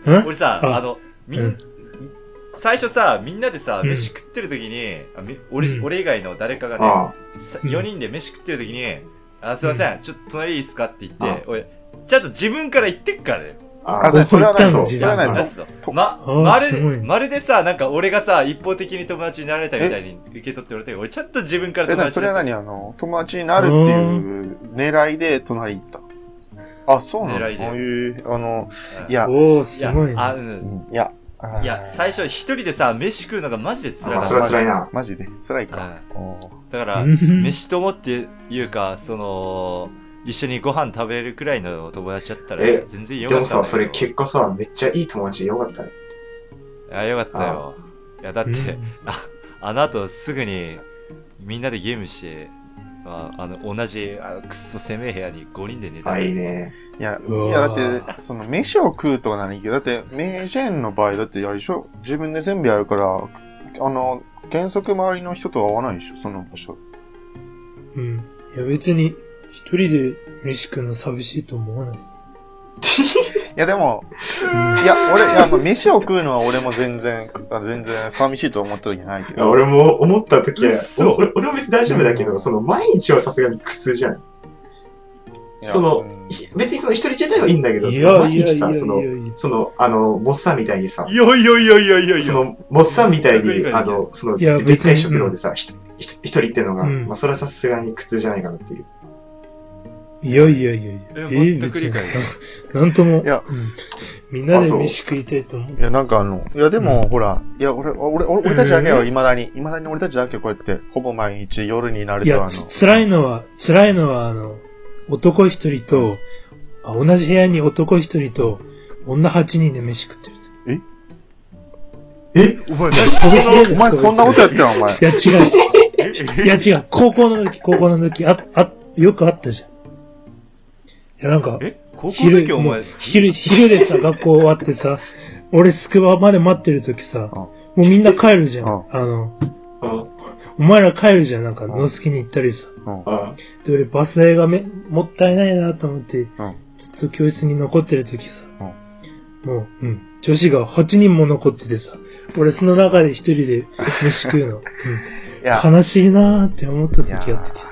[SPEAKER 4] ゃん。ん
[SPEAKER 2] 俺さ、
[SPEAKER 4] あ
[SPEAKER 2] あの、み、
[SPEAKER 4] うん
[SPEAKER 2] 最初さ、みんなでさ、
[SPEAKER 4] うん
[SPEAKER 2] 飯食ってる時に、あみ俺、
[SPEAKER 4] うん
[SPEAKER 2] 俺以外の誰かがね、
[SPEAKER 3] あ
[SPEAKER 2] さ
[SPEAKER 4] うん
[SPEAKER 2] 4人で飯食ってる時に、あ、すいません、ちょっと隣いいっすかって言って
[SPEAKER 3] あ、
[SPEAKER 2] 俺、ちゃんと自分から言ってっからね。
[SPEAKER 3] あ、ああ
[SPEAKER 1] あ、それはない、
[SPEAKER 3] そ
[SPEAKER 1] そううそれはない
[SPEAKER 2] な
[SPEAKER 1] と
[SPEAKER 2] ん。つう
[SPEAKER 1] と
[SPEAKER 2] のま、
[SPEAKER 4] あー
[SPEAKER 2] ます
[SPEAKER 4] ごい
[SPEAKER 2] る、まるでさ、なんか俺がさ、一方的に友達になられたみたいに受け取って俺て俺ちゃんと自分から
[SPEAKER 1] え、
[SPEAKER 2] 友
[SPEAKER 1] な
[SPEAKER 2] 達
[SPEAKER 1] そ
[SPEAKER 2] に
[SPEAKER 1] れ
[SPEAKER 2] な
[SPEAKER 1] は
[SPEAKER 2] った
[SPEAKER 1] 何あの、友達になるっていう狙いで隣行った。あ、そうなの
[SPEAKER 2] 狙いで
[SPEAKER 1] ああいう、あの、
[SPEAKER 2] うん
[SPEAKER 1] いや、
[SPEAKER 4] おー、
[SPEAKER 2] い
[SPEAKER 4] す
[SPEAKER 2] や、
[SPEAKER 4] ごいね。
[SPEAKER 2] あ、
[SPEAKER 4] あ
[SPEAKER 2] う。
[SPEAKER 1] うんんいや、あー
[SPEAKER 2] いや、最初一人でさ、飯食うのがマジで辛
[SPEAKER 3] ま
[SPEAKER 2] い
[SPEAKER 3] あ、。それは辛いな。
[SPEAKER 1] マジで、辛いうか。
[SPEAKER 2] ん
[SPEAKER 1] おー
[SPEAKER 2] だから、
[SPEAKER 4] 飯
[SPEAKER 2] 飯友っていうか、その、一緒にご飯食べれるくらいの友達だったら
[SPEAKER 3] え、
[SPEAKER 2] 全然よか
[SPEAKER 3] で
[SPEAKER 2] ったんだけど。
[SPEAKER 3] もさ、それ結果さ、めっちゃいい友達でよかったね。
[SPEAKER 2] あ、よかったよ。いや、だって、あの後すぐにみんなでゲームして、まあ、あの、同じ、あのくっそ狭い部屋に5人で寝て
[SPEAKER 3] あ、いいね。
[SPEAKER 1] いや、
[SPEAKER 4] うわー
[SPEAKER 1] いや、だって、その、飯を食うとかならいいけど、だって、名人の場合、だって、あれでしょ自分で全部やるから、あの、原則周りの人とは合わないでしょその場所。
[SPEAKER 4] うん。いや、別に、一人で飯食うの寂しいと思わない。
[SPEAKER 1] いや、でも、いや、俺、いや、まあ、飯を食うのは俺も全然、あ全然寂しいとは思った時ないけ
[SPEAKER 3] いや
[SPEAKER 1] ど。
[SPEAKER 3] 俺も思った時は
[SPEAKER 2] 嘘、
[SPEAKER 3] お俺俺も別に大丈夫だけど、その毎日はさすがに苦痛じゃん。
[SPEAKER 1] いや
[SPEAKER 3] その
[SPEAKER 1] うん、
[SPEAKER 3] ひ別にその一人自体はいいんだけど、
[SPEAKER 4] い
[SPEAKER 3] そ
[SPEAKER 4] や
[SPEAKER 3] の
[SPEAKER 4] いや
[SPEAKER 3] 毎
[SPEAKER 4] いや
[SPEAKER 3] 日
[SPEAKER 4] いや
[SPEAKER 3] さ、その、
[SPEAKER 4] いや。
[SPEAKER 3] その、あの、モッサンみたいにさ
[SPEAKER 2] い、やいやいやいやいやい
[SPEAKER 3] そ
[SPEAKER 2] や。
[SPEAKER 3] の、モッサンみたい
[SPEAKER 2] い
[SPEAKER 3] に、
[SPEAKER 2] や
[SPEAKER 3] あの、その、
[SPEAKER 4] いや別に
[SPEAKER 3] でっかい食堂でさ、ひとひと一人っていうのが、
[SPEAKER 4] うん
[SPEAKER 3] まあ、それはさすがに苦痛じゃないかなっていう。
[SPEAKER 4] いやいやいやいや。
[SPEAKER 2] え全く理解
[SPEAKER 4] ええ別 になんとも。
[SPEAKER 1] いや
[SPEAKER 4] うん、みんな
[SPEAKER 3] あ
[SPEAKER 4] で
[SPEAKER 3] そう
[SPEAKER 4] 飯食いたいと思う
[SPEAKER 1] い。や、なんかあの、いや、でも、
[SPEAKER 4] う
[SPEAKER 1] ほら、いや、俺、俺、俺俺たちだけ
[SPEAKER 4] え
[SPEAKER 1] は
[SPEAKER 4] ー
[SPEAKER 1] 未だに、未だに俺たちだけこうやって、ほぼ毎日夜になる
[SPEAKER 4] い
[SPEAKER 1] と、
[SPEAKER 4] や
[SPEAKER 1] あの、、
[SPEAKER 4] 辛いのは、辛いのは、あの、男一人と、あ同じ部屋に男一人と、女八人で飯食ってる。
[SPEAKER 3] え
[SPEAKER 2] お前、
[SPEAKER 1] お前そんなことやってんのお前。
[SPEAKER 4] いや、違う。
[SPEAKER 2] え
[SPEAKER 4] いや、違う。高校の時、高校の時、あ、あ、よくあったじゃん。いや、なんか、
[SPEAKER 2] え高校の時お前
[SPEAKER 4] もう、昼、昼で さ、学校終わってさ、俺スクワまで待ってる時さ、もうみんな帰るじゃん。
[SPEAKER 1] うん
[SPEAKER 4] あの、
[SPEAKER 3] あ、
[SPEAKER 4] お前ら帰るじゃん。なんか、
[SPEAKER 1] ん
[SPEAKER 4] 野付に行ったりさ。
[SPEAKER 3] あ、
[SPEAKER 4] で、俺バス代がめ、もったいないなと思って、ずっと教室に残ってる時さ、もう、うん、女子が8人も残っててさ、俺その中で一人で飯食うの。
[SPEAKER 1] いや
[SPEAKER 4] う、ん、悲しいなーって思った
[SPEAKER 1] い
[SPEAKER 4] 時
[SPEAKER 1] や、
[SPEAKER 4] あって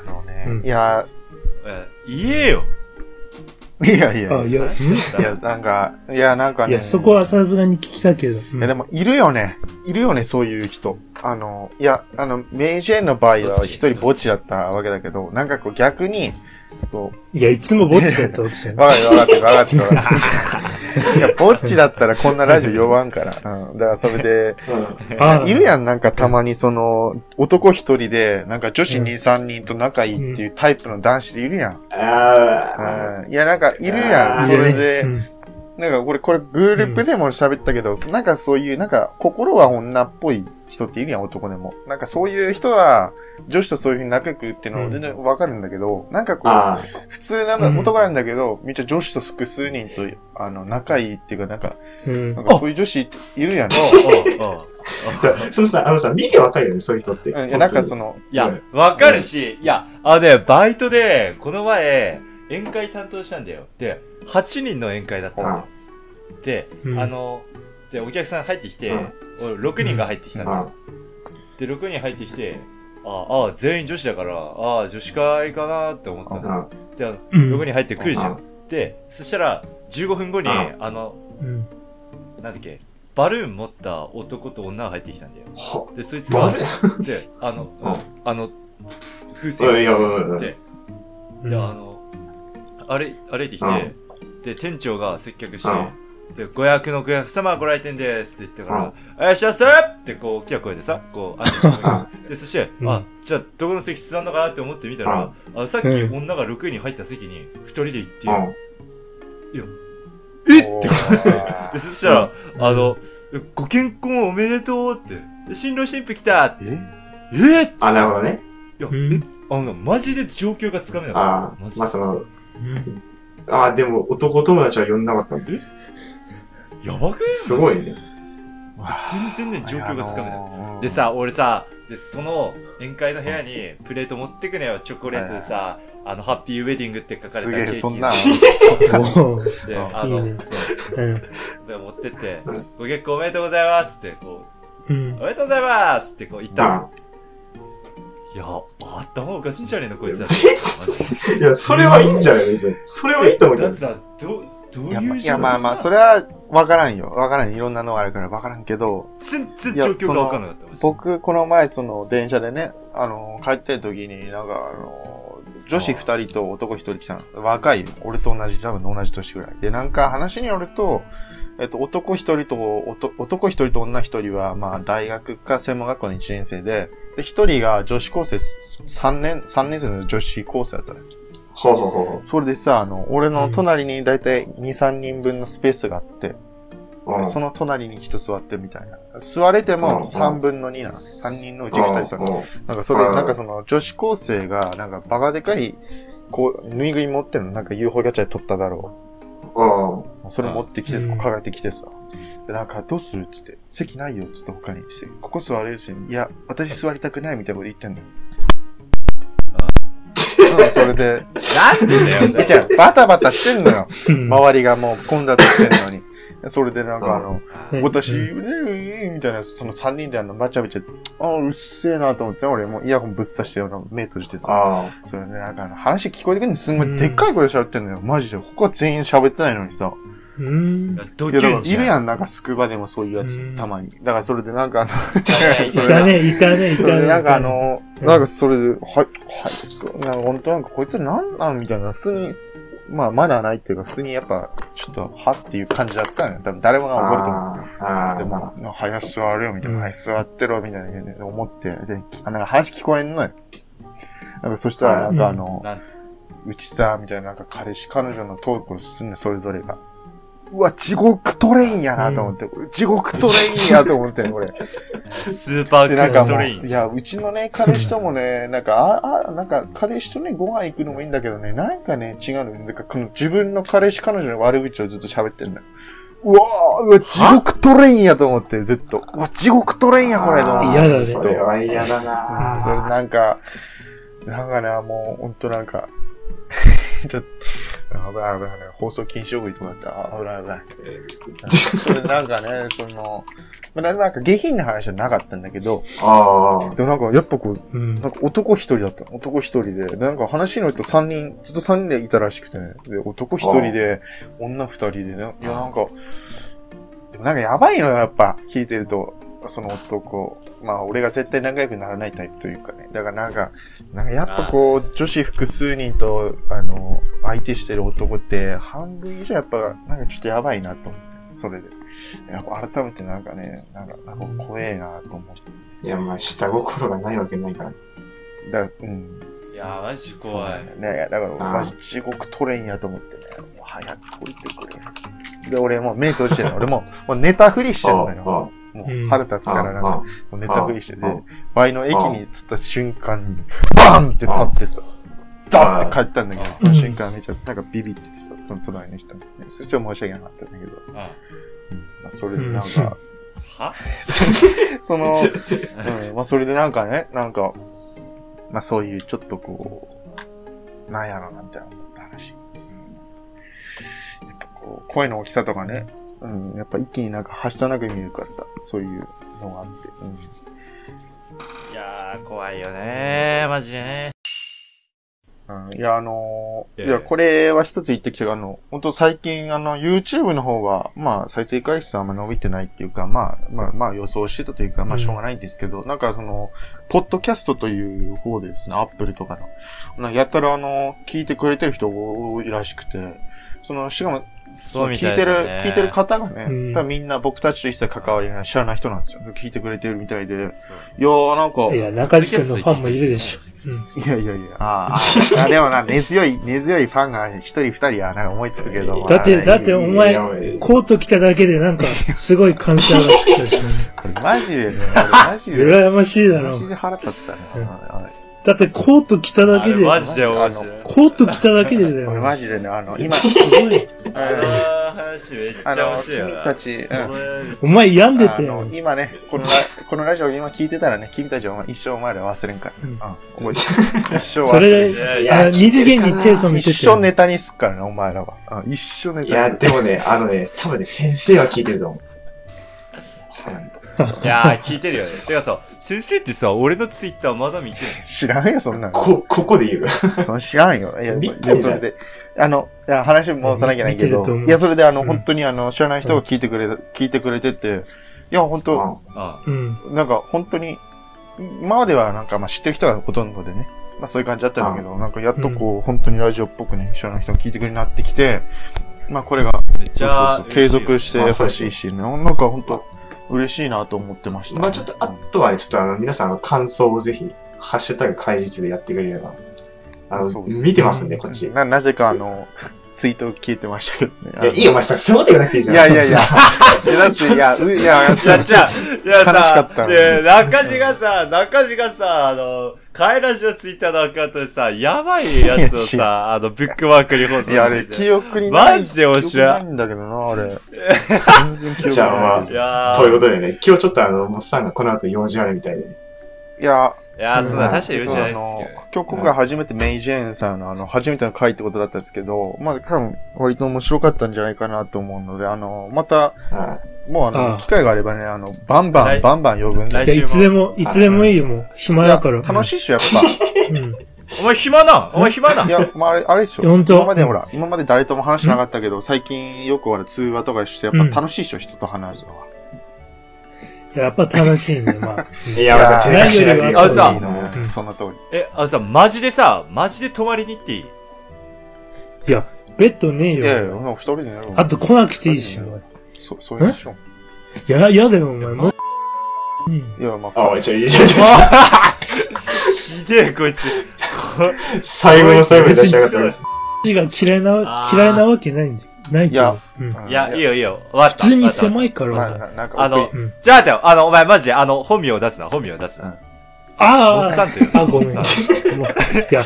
[SPEAKER 1] あのね、
[SPEAKER 4] うん
[SPEAKER 1] いや、
[SPEAKER 2] 言えよ。
[SPEAKER 1] いやいや、
[SPEAKER 4] あ、いや、うん
[SPEAKER 1] いや、なんか、いや、なんか
[SPEAKER 4] い
[SPEAKER 1] ね。
[SPEAKER 4] や、そこはさすがに聞きたけど。うん
[SPEAKER 1] いや、でも、いるよね。いるよね、そういう人。あの、いや、あの、明治園の場合
[SPEAKER 2] どっ
[SPEAKER 1] は
[SPEAKER 2] ち
[SPEAKER 1] 一人墓地だったわけだけど、なんかこう逆に、こう、
[SPEAKER 4] いや、いつもぼっちだったわけじゃん。
[SPEAKER 1] わかってるわかってるわかってるわか ってる。いや、墓地だったらこんなラジオ呼ばんから。うん。だからそれ で、
[SPEAKER 4] あ
[SPEAKER 1] いるやん、なんかたまにその、男一人で、なんか女子二三人と仲いいっていうタイプの男子でいるやん。
[SPEAKER 3] あ、ああ、
[SPEAKER 1] うん。いや、なんかいるやん。
[SPEAKER 3] あ
[SPEAKER 1] それで
[SPEAKER 4] う、ん
[SPEAKER 1] なんかこれ、これグループでも喋ったけど、なんかそういう、なんか心は女っぽい人っているやん、男でも。なんかそういう人は、女子とそういうふうに仲良くっていうの
[SPEAKER 4] う
[SPEAKER 1] は
[SPEAKER 4] ん
[SPEAKER 1] 全然わかるんだけど、なんかこう、
[SPEAKER 3] あ
[SPEAKER 1] 普通なんだ、
[SPEAKER 4] うん
[SPEAKER 1] 男なんだけど、めっちゃ女子と複数人と、あの、仲いいっていうか、なんか、
[SPEAKER 4] うん
[SPEAKER 1] なんかそういう女子いるやん。
[SPEAKER 2] おうおうおう
[SPEAKER 3] あ。だそのさ、あのさ、見てわかるよね、そういう人って。
[SPEAKER 1] うんいや、なんかその、
[SPEAKER 2] いや、わかるし、いや、あのね、バイトで、この前、宴会担当したんだよ。で、8人の宴会だったのよ。で、
[SPEAKER 4] うん
[SPEAKER 2] あの、で、お客さん入ってきて、
[SPEAKER 3] うん
[SPEAKER 2] 俺6人が入ってきたんだよ。
[SPEAKER 3] あ
[SPEAKER 2] で、6人入ってきて、ああ、全員女子だから、ああ、女子会かなって思ったんだよ。
[SPEAKER 3] あ、
[SPEAKER 2] で、あの
[SPEAKER 4] うん
[SPEAKER 2] 6人入ってくるじゃ。
[SPEAKER 3] うん
[SPEAKER 2] で、そしたら、15分後に、
[SPEAKER 3] うん
[SPEAKER 2] あの、
[SPEAKER 4] うん
[SPEAKER 2] なんだっけ、バルーン持った男と女が入ってきたんだよ。
[SPEAKER 3] ほ、
[SPEAKER 2] で、そいつ
[SPEAKER 3] バ
[SPEAKER 2] が
[SPEAKER 3] ル、
[SPEAKER 2] で、あの、
[SPEAKER 3] うん
[SPEAKER 2] うんあの、風
[SPEAKER 3] うんいやうんう
[SPEAKER 2] 船
[SPEAKER 3] ん
[SPEAKER 2] で、
[SPEAKER 4] うん
[SPEAKER 2] で、あの、歩い歩いてき
[SPEAKER 3] う
[SPEAKER 2] て、で、店長が接客して
[SPEAKER 3] う、
[SPEAKER 2] で、ご役のご役様ご来店ですって言ったから、え、しゃっせーってこう、大きな声でさ、こう、あする
[SPEAKER 3] あ、
[SPEAKER 2] で、そして、
[SPEAKER 4] うん
[SPEAKER 2] あ、じゃあ、どこの席座んのかなって思ってみたら、あさっき
[SPEAKER 4] うん
[SPEAKER 2] 女が6位に入った席に、2人で行って、
[SPEAKER 3] うん。
[SPEAKER 2] えっ
[SPEAKER 1] って
[SPEAKER 2] で、そしたら、
[SPEAKER 4] うん
[SPEAKER 2] あの、ご健康おめでとうって、で新郎新婦来たって、
[SPEAKER 1] え
[SPEAKER 2] えーって
[SPEAKER 3] あ、なるほどね。
[SPEAKER 2] いや、
[SPEAKER 4] うん
[SPEAKER 2] えあの、マジで状況がつかめなか
[SPEAKER 3] あ
[SPEAKER 2] った。マ
[SPEAKER 3] あ、
[SPEAKER 2] ジで
[SPEAKER 3] まあその、
[SPEAKER 4] うん
[SPEAKER 3] ああ、でも男友達は呼んなかったんだ。
[SPEAKER 2] やばくね
[SPEAKER 3] すごいね。
[SPEAKER 2] 全然ね、 状況がつかめない。
[SPEAKER 1] い
[SPEAKER 2] で、さ、俺さ、で、その宴会の部屋にプレート持ってくねよ、チョコレートでさ、あの、ハッピーウェディングって書かれた
[SPEAKER 1] す
[SPEAKER 2] ケー
[SPEAKER 1] げえ、
[SPEAKER 2] キ
[SPEAKER 1] そんな。
[SPEAKER 4] おー
[SPEAKER 2] で、
[SPEAKER 1] うん
[SPEAKER 2] あ
[SPEAKER 4] いい
[SPEAKER 2] の、
[SPEAKER 4] ね
[SPEAKER 2] そうで持ってって
[SPEAKER 3] うん、
[SPEAKER 2] ご結婚おめでとうございますって、こ
[SPEAKER 4] う
[SPEAKER 2] う、
[SPEAKER 4] ん。
[SPEAKER 2] おめでとうございますってこう言ったの
[SPEAKER 3] あ
[SPEAKER 2] いや、頭おかしいんじゃねえの、こいつだっ
[SPEAKER 3] いや、それはいいんじゃない別に。それはいいと思う
[SPEAKER 2] て。
[SPEAKER 3] け
[SPEAKER 2] だっ
[SPEAKER 3] ど
[SPEAKER 2] て。さ、ど、どう
[SPEAKER 1] いや、
[SPEAKER 2] いう
[SPEAKER 1] まいやまあまあ、そ
[SPEAKER 2] れ。
[SPEAKER 1] れは、わからんよ。わからん。いろんなのがあるからわからんけど、
[SPEAKER 2] 全然状況がわかんなかった。マジで、
[SPEAKER 1] 僕、この前、その、電車でね、あの、帰ってる時に、なんか、あの、女子二人と男一人来たの。若いよ。俺と同じ、多分同じ年ぐらい。で、なんか話によると、えっと、男一人と、おと男一人と女一人は、まあ、大学か専門学校の一年生で、で、一人が女子高生、三年、三年生の女子高生だったの。
[SPEAKER 3] ほうほうほうほ
[SPEAKER 1] それでさ、あの、俺の隣にだいたい2、3人分のスペースがあって、
[SPEAKER 3] う。うん
[SPEAKER 1] その隣に人座ってみたいな。座れて
[SPEAKER 3] うん
[SPEAKER 1] も3分の2なのね。3人のうち2人座る。
[SPEAKER 3] うんうん
[SPEAKER 1] なんかそれ、
[SPEAKER 3] うん
[SPEAKER 1] なんかその女子高生が、なんかバカでかい、こう、ぬいぐるみ持ってるの、なんか UFO キャッチャーで撮っただろ
[SPEAKER 3] うん
[SPEAKER 1] う。それ持ってきて、
[SPEAKER 4] うん
[SPEAKER 1] こう抱えてきてさ。で、なんか、どうするっつって、席ないよっつって他にして、ここ座れるっつって、いや、私座りたくないみたいなこと言ってんの。うん、それで、
[SPEAKER 2] なんでだよ、
[SPEAKER 1] 見てよ、バタバタしてんのよ。
[SPEAKER 4] うん
[SPEAKER 1] 周りがもう混雑してんのに。それでなんかあの、
[SPEAKER 4] うん
[SPEAKER 1] 私、
[SPEAKER 4] う
[SPEAKER 1] ねえみたいな、その3人であの、まちゃめちゃ、ああ、うっせえなと思って、俺もうイヤホンぶっ刺して、あの目閉じてさ、
[SPEAKER 3] あ
[SPEAKER 1] それね、なんかあの、話聞こえてくるのにすんご
[SPEAKER 4] うん
[SPEAKER 1] いでっかい声で喋ってんのよ、マジで。他全員喋ってないのにさ。
[SPEAKER 4] うん。
[SPEAKER 2] ド
[SPEAKER 1] いや、だ
[SPEAKER 2] キュ
[SPEAKER 1] か
[SPEAKER 2] ン
[SPEAKER 1] ら
[SPEAKER 2] じ
[SPEAKER 1] いる
[SPEAKER 2] ゃん。
[SPEAKER 1] やん、なんかスクーバでもそういうやつ、
[SPEAKER 4] うん
[SPEAKER 1] たまに。だからそれでなんかあの、
[SPEAKER 3] あ。
[SPEAKER 4] いたね、いたね、い
[SPEAKER 1] そ
[SPEAKER 4] た
[SPEAKER 1] れ
[SPEAKER 4] ね。
[SPEAKER 1] でなんかあ
[SPEAKER 4] い
[SPEAKER 1] の、
[SPEAKER 4] うん
[SPEAKER 1] なんかそれで、はい、はい、そうなんか本当なんかこいつなんなんみたいな、普通に、まあマナーないっていうか、普通にやっぱ、ちょっと、はっていう感じだったのよ。多分誰もが覚えてると思う。
[SPEAKER 3] あー
[SPEAKER 1] でも
[SPEAKER 3] あ、
[SPEAKER 1] 早く座るよ、みたい
[SPEAKER 4] うん
[SPEAKER 1] な。早く座ってろ、みたいなね思って、で、あなんか話聞こえんのよ。なんかそしたら、な
[SPEAKER 4] うん
[SPEAKER 1] んかあの
[SPEAKER 2] なん、
[SPEAKER 1] うちさ、みたいな、なんか彼氏、彼女のトークを進んで、それぞれが。うわ、地獄トレインやなと思って、地獄トレインやと思って、俺。
[SPEAKER 2] スーパー
[SPEAKER 1] で、
[SPEAKER 2] ク
[SPEAKER 1] なん
[SPEAKER 2] ー
[SPEAKER 1] か
[SPEAKER 2] ス
[SPEAKER 1] も
[SPEAKER 2] ト
[SPEAKER 1] う、
[SPEAKER 2] レイン
[SPEAKER 1] い。や、うちのね、彼氏とも ね、なんか、あ、あ、なんか、彼氏とね、ご飯行くのもいいんだけどね、なんかね、違うの。なんか、この自分の彼氏、彼女の悪口をずっと喋ってんだよ。うわーうわ、地獄トレインやと思って、ずっと。うわ、地獄トレインや、これ、と思っ
[SPEAKER 4] 嫌
[SPEAKER 1] て。
[SPEAKER 4] だね
[SPEAKER 1] ずっ
[SPEAKER 3] そ
[SPEAKER 1] と
[SPEAKER 3] れは嫌だ
[SPEAKER 1] う
[SPEAKER 3] なん
[SPEAKER 1] それなんか、なんかね、もう、ほんとなんか、 ちょっと、危ない危ない危ない。放送禁止用語言ってもらった。あ危ない危ない。それなんかね、その、まあ、なんか下品な話じゃなかったんだけど、
[SPEAKER 3] ああ。
[SPEAKER 1] でもなんかやっぱこう、
[SPEAKER 4] うん
[SPEAKER 1] なんか男一人だったの。男一人で。でなんか話によると三人、ずっと三人でいたらしくてね。で、男一人で、女二人でね。いや、なんか、でもなんかやばいのよ、やっぱ。聞いてると。その男。まあ、俺が絶対仲良くならないタイプというかね。だからなんか、なんかやっぱこう、女子複数人と、あの、相手してる男って、半分以上やっぱ、なんかちょっとやばいなと思って。それで。やっぱ改めてなんかね、なんか、なんか怖えなと思って。
[SPEAKER 3] いや、まあ、下心がないわけないから。
[SPEAKER 1] だうん。い
[SPEAKER 2] やーマジ怖い
[SPEAKER 1] ね、だから、
[SPEAKER 3] あー
[SPEAKER 1] マジ地獄トレインやと思ってね、もう早く降りてくれ。で、俺もう目閉じてる の。俺もう、もう寝たふりしてるのよ。も
[SPEAKER 4] うん
[SPEAKER 1] う腹立つからなんか、も
[SPEAKER 3] あ
[SPEAKER 1] う寝たふりしてて
[SPEAKER 3] ああ、
[SPEAKER 1] ワイの駅に着った瞬間に、バンって立ってさ、ダッて帰ったんだけ
[SPEAKER 2] あ
[SPEAKER 1] ど、その瞬間めちゃ、なんかビビっててさ、その隣の人にね。それちょっと申し訳なかったんだけど、
[SPEAKER 2] うんは
[SPEAKER 1] まあ、それでなんか、その、うん、まあそれでなんかね、なんか、まあそういうちょっとこう、なんやろな、みたいな思った話。うん、やっぱこう、声の大きさとかね、うん、やっぱ一気になんかはしたなく見えるからさ、そういうのがあって、うん。
[SPEAKER 2] いやー、怖いよねー、マジでね。
[SPEAKER 1] うんいや、あのー
[SPEAKER 2] いや
[SPEAKER 1] いや、これは一つ言ってきたが、あの、本当最近、あの、YouTube の方は、まあ、再生回数はあんま伸びてないっていうか、まあ、まあ、まあ、予想してたというか、ま
[SPEAKER 4] う
[SPEAKER 1] あ、
[SPEAKER 4] ん
[SPEAKER 1] しょうがないんですけど、なんか、その、ポッドキャストという方でですね、Apple とかの、なんかやたら、あの、聞いてくれてる人多いらしくて、その、しかも、
[SPEAKER 2] そうみ
[SPEAKER 1] 聞
[SPEAKER 2] た
[SPEAKER 1] い
[SPEAKER 2] い
[SPEAKER 1] て
[SPEAKER 2] だ
[SPEAKER 1] る、
[SPEAKER 2] ね
[SPEAKER 1] 聞いてる方がね、
[SPEAKER 4] うん
[SPEAKER 1] 多分みんな僕たちと一切関わりがない、知らない人なんですよ。聞いてくれてるみたいで、いや
[SPEAKER 2] そう
[SPEAKER 1] ー、なんか、
[SPEAKER 4] いや、中地君のファンもいるでしょ。うん。
[SPEAKER 1] いやいやいや、あ ああ。でもな、根強い、根強いファンが一人二人はなんか思いつくけど。
[SPEAKER 4] だって、だってお前
[SPEAKER 3] いやいや、
[SPEAKER 4] コート着ただけでなんか、すごい感謝が来たし、
[SPEAKER 1] マジでね、俺マジで。
[SPEAKER 4] 羨ましいだ
[SPEAKER 1] マ
[SPEAKER 4] ろ。
[SPEAKER 1] ジで腹立ったね。
[SPEAKER 4] うん
[SPEAKER 1] あれ
[SPEAKER 4] だってコート着ただけ
[SPEAKER 2] あ
[SPEAKER 4] で
[SPEAKER 2] れ、マジで面白い。
[SPEAKER 4] コート着ただけでだ
[SPEAKER 1] 俺
[SPEAKER 4] よ。
[SPEAKER 1] マジでね、あの、 今、
[SPEAKER 2] あの話めっちゃ面白いよな。
[SPEAKER 1] あの君たちうん
[SPEAKER 2] それ
[SPEAKER 4] お前病んで
[SPEAKER 1] あ
[SPEAKER 4] たよ
[SPEAKER 1] の、。今ね、このラ、このラジオ今聞いてたらね、君たちはお前一生お前ら忘れんから。
[SPEAKER 4] うん
[SPEAKER 1] うん、覚えてる一生忘れ
[SPEAKER 4] そ
[SPEAKER 1] ん。
[SPEAKER 4] れ
[SPEAKER 2] いやい
[SPEAKER 4] あ
[SPEAKER 2] や
[SPEAKER 4] の二次元にテイソン見て
[SPEAKER 1] 一
[SPEAKER 4] て。
[SPEAKER 1] 生ネタにすっからね、お前らは。うん、一生ネ
[SPEAKER 3] い
[SPEAKER 1] タ
[SPEAKER 3] や、
[SPEAKER 1] に
[SPEAKER 3] でもね、あのね、多分ね、先生は聞いてると思う。
[SPEAKER 2] いやー、聞いてるよね。てかさ、先生ってさ、俺のツイッターまだ見てる
[SPEAKER 1] 知らんよ、そんなの。
[SPEAKER 3] こ、ここで言う。
[SPEAKER 1] その知らんよ。いや、
[SPEAKER 3] 見てんじ
[SPEAKER 1] そ
[SPEAKER 3] ゃん
[SPEAKER 1] れで、あの、いや話戻さなきゃないけ
[SPEAKER 4] 見てると
[SPEAKER 1] ど、
[SPEAKER 4] 思う
[SPEAKER 1] いや、それであの、
[SPEAKER 4] うん
[SPEAKER 1] 本当にあの、知らない人が聞いてくれ、聞いてくれてて、いや、本当
[SPEAKER 3] う
[SPEAKER 2] あ
[SPEAKER 4] うん。
[SPEAKER 1] なんか、本当に、今まではなんか、まあ、知ってる人がほとんどでね、まあ、そういう感じだったんだけど、なんか、やっとこう、本当にラジオっぽくね、知らない人が聞いてくれるようになってきて、まあ、これが、
[SPEAKER 2] めっち
[SPEAKER 1] そう
[SPEAKER 2] ゃ
[SPEAKER 1] そうそう継続して
[SPEAKER 3] 嬉しいよ
[SPEAKER 1] ほしいしね、なんか、本当嬉しいなと思ってました、
[SPEAKER 3] ん。まあちょっと、あとはね、ちょっとあの、皆さん、あの、感想をぜひ、ハッシュタグ解説でやってくれれば。あの、
[SPEAKER 1] そうです
[SPEAKER 3] 見てますんで、こっち。い
[SPEAKER 1] な、なぜかあの、ツイートを聞いてましたけどね。あ
[SPEAKER 3] や、
[SPEAKER 1] の
[SPEAKER 3] いいよ、お前さ、そうで言わなくていいじゃん。
[SPEAKER 1] いやいやいや、いやだって、いや、ういや、
[SPEAKER 2] いや、違う。いや
[SPEAKER 1] 悲しか
[SPEAKER 2] さ
[SPEAKER 1] っ、た
[SPEAKER 2] いや中地が さ、中地がさ、あの、カエラジのツイッターのアカウントでさ、やばいやつを
[SPEAKER 1] いや
[SPEAKER 2] さ、あの、ブックマークに放送
[SPEAKER 1] いや、あ
[SPEAKER 2] し
[SPEAKER 1] れ、
[SPEAKER 2] てて。
[SPEAKER 1] 記憶にない。
[SPEAKER 2] マジで面白い
[SPEAKER 1] 記憶ないんだけどな、あれ。全然記憶
[SPEAKER 3] じゃあ
[SPEAKER 1] ない。
[SPEAKER 2] いや
[SPEAKER 3] という
[SPEAKER 2] ー、
[SPEAKER 3] ことでね、今日ちょっとあの、モスさんがこの後用事あるみたいで。
[SPEAKER 1] いや、
[SPEAKER 2] いやー、そんな、
[SPEAKER 3] うん
[SPEAKER 2] 確かにうち
[SPEAKER 1] そう、あ
[SPEAKER 2] ないです
[SPEAKER 1] の
[SPEAKER 2] けどね。、
[SPEAKER 1] 今日今回初めてメイジェーンさんの、あの、初めての回ってことだったんですけど、まあ、多分、割と面白かったんじゃないかなと思うので、あの、また、
[SPEAKER 3] あ
[SPEAKER 1] もうあの、
[SPEAKER 4] ああ
[SPEAKER 1] 機会があればね、あの、バンバ
[SPEAKER 2] 来
[SPEAKER 1] ン、バンバン呼ぶん
[SPEAKER 2] 来
[SPEAKER 1] で。
[SPEAKER 4] いや、いつでも、いつでもいいよ、もう。暇
[SPEAKER 1] い
[SPEAKER 4] だ
[SPEAKER 1] や
[SPEAKER 4] から。
[SPEAKER 1] 楽しいっしょ、やっ
[SPEAKER 4] うん。
[SPEAKER 2] お前暇なお前暇な
[SPEAKER 1] ぱ。いや、まあ、あれ、あれでしょ。
[SPEAKER 4] いや本当
[SPEAKER 1] 今までほら、今まで誰とも話してなかったけど、最近よくほら、通話とかして、やっぱ楽しいっしょ、人と話すのは。
[SPEAKER 4] やっぱ楽しいね、ま あ。
[SPEAKER 3] あ。いや、お前さ、手
[SPEAKER 4] や
[SPEAKER 3] 隠しなくていいよ。
[SPEAKER 2] あさ
[SPEAKER 1] う
[SPEAKER 4] うん
[SPEAKER 1] んそんな通り。
[SPEAKER 2] え、あのさ、マジでさ、マジで泊まりに行っていい
[SPEAKER 4] いや、ベッドねえ
[SPEAKER 1] いやいや、
[SPEAKER 4] よ。
[SPEAKER 1] もう一人でやろう。
[SPEAKER 4] あと来なくていいし、お前。
[SPEAKER 1] そ、そういうでしょ。
[SPEAKER 4] や、やだよ、お前。もう、う
[SPEAKER 1] い
[SPEAKER 4] ん。
[SPEAKER 1] や、まあ
[SPEAKER 3] あ、お、い、ちょ、いいじゃん、ちょ、
[SPEAKER 2] ひでえ、こいつ。こ
[SPEAKER 3] ちょ最後の最後に出しやがってます。
[SPEAKER 4] 字が嫌いな
[SPEAKER 2] あ、ー
[SPEAKER 4] 嫌いなわけないんだよ。ないけ
[SPEAKER 1] いや
[SPEAKER 4] ど。うん。
[SPEAKER 1] うん
[SPEAKER 2] いや、いいよいいよ。わかった。
[SPEAKER 4] 普通に
[SPEAKER 2] わかった
[SPEAKER 4] 狭いか
[SPEAKER 1] ま
[SPEAKER 4] ら
[SPEAKER 1] あ、
[SPEAKER 4] ね。
[SPEAKER 1] ななんか、
[SPEAKER 2] あの
[SPEAKER 1] 奥に
[SPEAKER 4] うん。
[SPEAKER 2] じゃあだよ、あの、お前マジで、あの、本名を出すな、本名を出すな。
[SPEAKER 4] あ
[SPEAKER 2] おっ
[SPEAKER 4] あ
[SPEAKER 2] さんっていう
[SPEAKER 4] あ、ごめん。
[SPEAKER 2] おっ
[SPEAKER 4] い
[SPEAKER 2] さ
[SPEAKER 4] や、
[SPEAKER 2] ん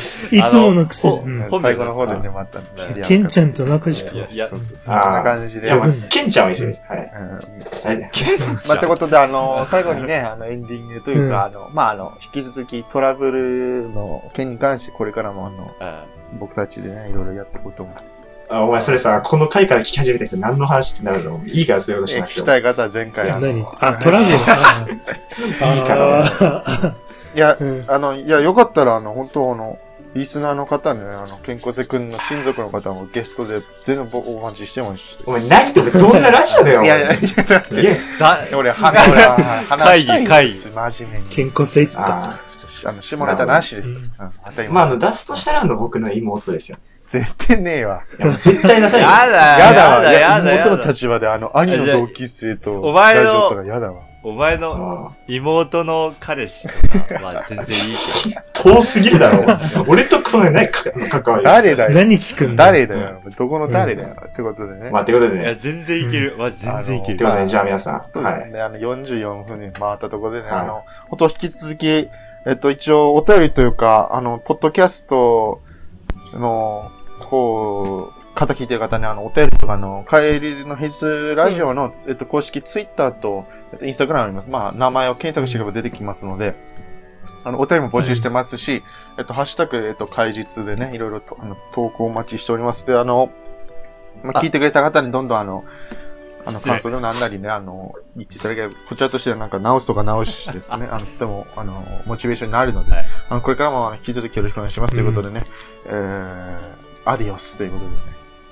[SPEAKER 4] いつものくせに
[SPEAKER 2] あの
[SPEAKER 4] うん。
[SPEAKER 2] 本名
[SPEAKER 1] 最後の方でね、
[SPEAKER 3] うん
[SPEAKER 1] また。
[SPEAKER 4] ケンちゃんと中
[SPEAKER 1] い
[SPEAKER 4] し
[SPEAKER 1] や
[SPEAKER 4] か
[SPEAKER 2] い。や、いや、
[SPEAKER 1] そうそうそう。そん
[SPEAKER 3] あー
[SPEAKER 1] な感じ
[SPEAKER 3] い
[SPEAKER 1] で。
[SPEAKER 3] や、
[SPEAKER 1] う
[SPEAKER 3] ま
[SPEAKER 1] ん
[SPEAKER 3] あ、ケンちゃんはいいです。はい。はい。
[SPEAKER 1] まあ、ってことで、あの、最後にね、あの、エンディングというか、あの、まあ、あの、引き続きトラブルの件に関して、これからも、あの、
[SPEAKER 2] うん
[SPEAKER 1] 僕たちでね、いろいろやっていこうと思う。
[SPEAKER 3] あお前、それさ、この回から聞き始めた人何の話ってなるのいいから、そういうことし
[SPEAKER 1] え
[SPEAKER 3] なくて
[SPEAKER 1] 聞き
[SPEAKER 3] も。
[SPEAKER 1] たい方は前回、あの、
[SPEAKER 4] 何あ、トラブル か。
[SPEAKER 3] いいから。
[SPEAKER 4] あ
[SPEAKER 1] いや
[SPEAKER 4] ー、うん
[SPEAKER 1] あの、いや、よかったら、あの、本当あの、リスナーの方ね、あの、健康瀬くんの親族の方もゲストで全然ぼお話ししてもいいし。
[SPEAKER 3] お前、何とかどんなラジオだよ、お
[SPEAKER 1] い
[SPEAKER 3] 前
[SPEAKER 1] やいやいや、
[SPEAKER 3] いや。
[SPEAKER 2] だ、
[SPEAKER 1] 俺、は、俺は、話したいよ
[SPEAKER 2] 会議会議
[SPEAKER 1] 普通真面目に。
[SPEAKER 4] 健康性って言った。
[SPEAKER 3] あ
[SPEAKER 1] あの、下ネタなしです。
[SPEAKER 4] う
[SPEAKER 1] うんん、当たり
[SPEAKER 3] あ。 まあ、
[SPEAKER 1] 前。
[SPEAKER 3] あの、出すとしたら、あの、僕の妹ですよ。
[SPEAKER 1] 絶対ねえわ。
[SPEAKER 3] いや、もう絶対なさい
[SPEAKER 2] や
[SPEAKER 3] よ。
[SPEAKER 2] だ、
[SPEAKER 1] やだわ。
[SPEAKER 2] や
[SPEAKER 1] いや
[SPEAKER 2] だ、や
[SPEAKER 1] 妹の
[SPEAKER 2] だ。
[SPEAKER 1] 立場で、あの、兄の同級生と、
[SPEAKER 2] お前の
[SPEAKER 1] ラジオとかやだわ。
[SPEAKER 2] お前の
[SPEAKER 3] ああ
[SPEAKER 2] 妹の彼氏とかは全然いいけ
[SPEAKER 3] 遠すぎるだろ。俺とそんなにないか関わり。
[SPEAKER 1] 誰だよ。
[SPEAKER 4] 何聞くんだ
[SPEAKER 1] 誰だよ。どこの誰だよ。ってことでね。
[SPEAKER 3] まあ、ということで
[SPEAKER 2] ど。いや、
[SPEAKER 3] ね。
[SPEAKER 2] 全然いける。マジ全然いけ
[SPEAKER 3] と
[SPEAKER 2] る
[SPEAKER 3] いう。ことでね、じゃあ皆さん。
[SPEAKER 1] そうで
[SPEAKER 3] は
[SPEAKER 1] す
[SPEAKER 3] い。
[SPEAKER 1] ね。あの、44分に回ったところでね、
[SPEAKER 3] はい
[SPEAKER 1] あの、本当引き続き、えっと、一応、お便りというか、あの、ポッドキャストの、こう、方聞いてる方ね、あの、お便りとか、あの、帰りの平日ラジオの、えっと、公式ツイッターと、えっと、インスタグラムあります。まあ、名前を検索してれば出てきますので、あの、お便りも募集してますし、えっと、ハッシュタグ、えっと、開日でね、いろいろと、あの、投稿お待ちしております。で、あの、まあ、聞いてくれた方にどんどんあの、あの、
[SPEAKER 2] 失礼
[SPEAKER 1] 感想でもなんなりね、あの、言っていただければ、こちらとしてはなんか直すとか直しです ね。あの、とても、あの、モチベーションになるので、
[SPEAKER 2] はい
[SPEAKER 1] あの、これからもあの引き続きよろしくお願いしますということでね、えー、アディオスということでね、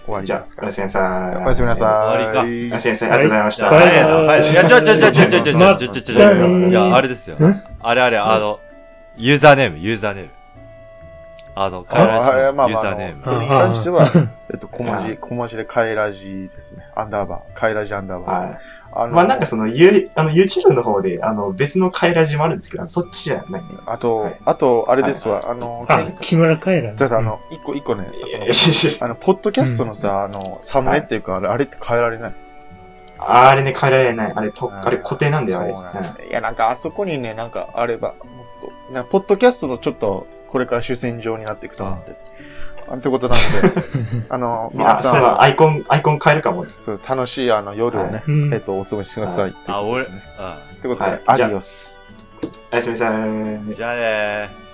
[SPEAKER 1] 終わり
[SPEAKER 3] じゃ
[SPEAKER 1] で
[SPEAKER 3] あ
[SPEAKER 1] す、か
[SPEAKER 3] お
[SPEAKER 1] ら
[SPEAKER 3] や。すみなさい。
[SPEAKER 1] おやすみなさい。
[SPEAKER 2] 終わ
[SPEAKER 3] おやすみなさい。ありがとうございまし
[SPEAKER 2] いや
[SPEAKER 3] た。
[SPEAKER 4] バ
[SPEAKER 2] あ
[SPEAKER 4] イバイ
[SPEAKER 2] れやなはいいや、ちょちょちょちょちょちょちょちょちょちょちょいや、あれですよ。あれあれ、あの、ユーザーネーム、ユーザーネーム。あの、彼
[SPEAKER 1] ああいやま
[SPEAKER 2] ら
[SPEAKER 1] あまあ
[SPEAKER 2] しいユーザ
[SPEAKER 1] あ
[SPEAKER 2] ーネ
[SPEAKER 1] の
[SPEAKER 2] ー
[SPEAKER 1] そ
[SPEAKER 2] ム。
[SPEAKER 1] れに関しては
[SPEAKER 4] うん、
[SPEAKER 1] えっと、小文字、小文字でカエラジですね。アンダーバー。カエラジアンダーバーです。
[SPEAKER 3] は
[SPEAKER 1] あ
[SPEAKER 3] い。まあ、なんかその、ゆ、あの、YouTube の方で、あの、別の回ラジもあるんですけど、そっちじゃないね。
[SPEAKER 1] あと、
[SPEAKER 3] はい
[SPEAKER 1] あと、あれですわ、あの、
[SPEAKER 4] あ、木村カエラ。
[SPEAKER 1] じゃあさ、あの、一個一個ね、そのあの、ポッドキャストのさ、あの、サムネっていうか、あれあれって変えられない。
[SPEAKER 3] あれね、変えられない。あれ、と、あれ固定なんだよ、あれ。
[SPEAKER 1] そうなんだよいや、なんかあそこにね、なんかあれば、もっと、なんかポッドキャストのちょっと、これから主戦場になっていくと思って。あってことなん で、あの、
[SPEAKER 3] ま
[SPEAKER 1] 皆
[SPEAKER 3] あ、そういえば
[SPEAKER 1] さ
[SPEAKER 3] アイコン、アイコン変えるかもね。
[SPEAKER 1] ん、そう楽しいあの夜をね、
[SPEAKER 4] うん
[SPEAKER 1] えっと、お過ごしください。って
[SPEAKER 2] あ、俺、あ
[SPEAKER 1] こと
[SPEAKER 3] は
[SPEAKER 1] で
[SPEAKER 3] い、
[SPEAKER 1] アディオス。
[SPEAKER 3] おやすみなさい。
[SPEAKER 2] じゃあねー。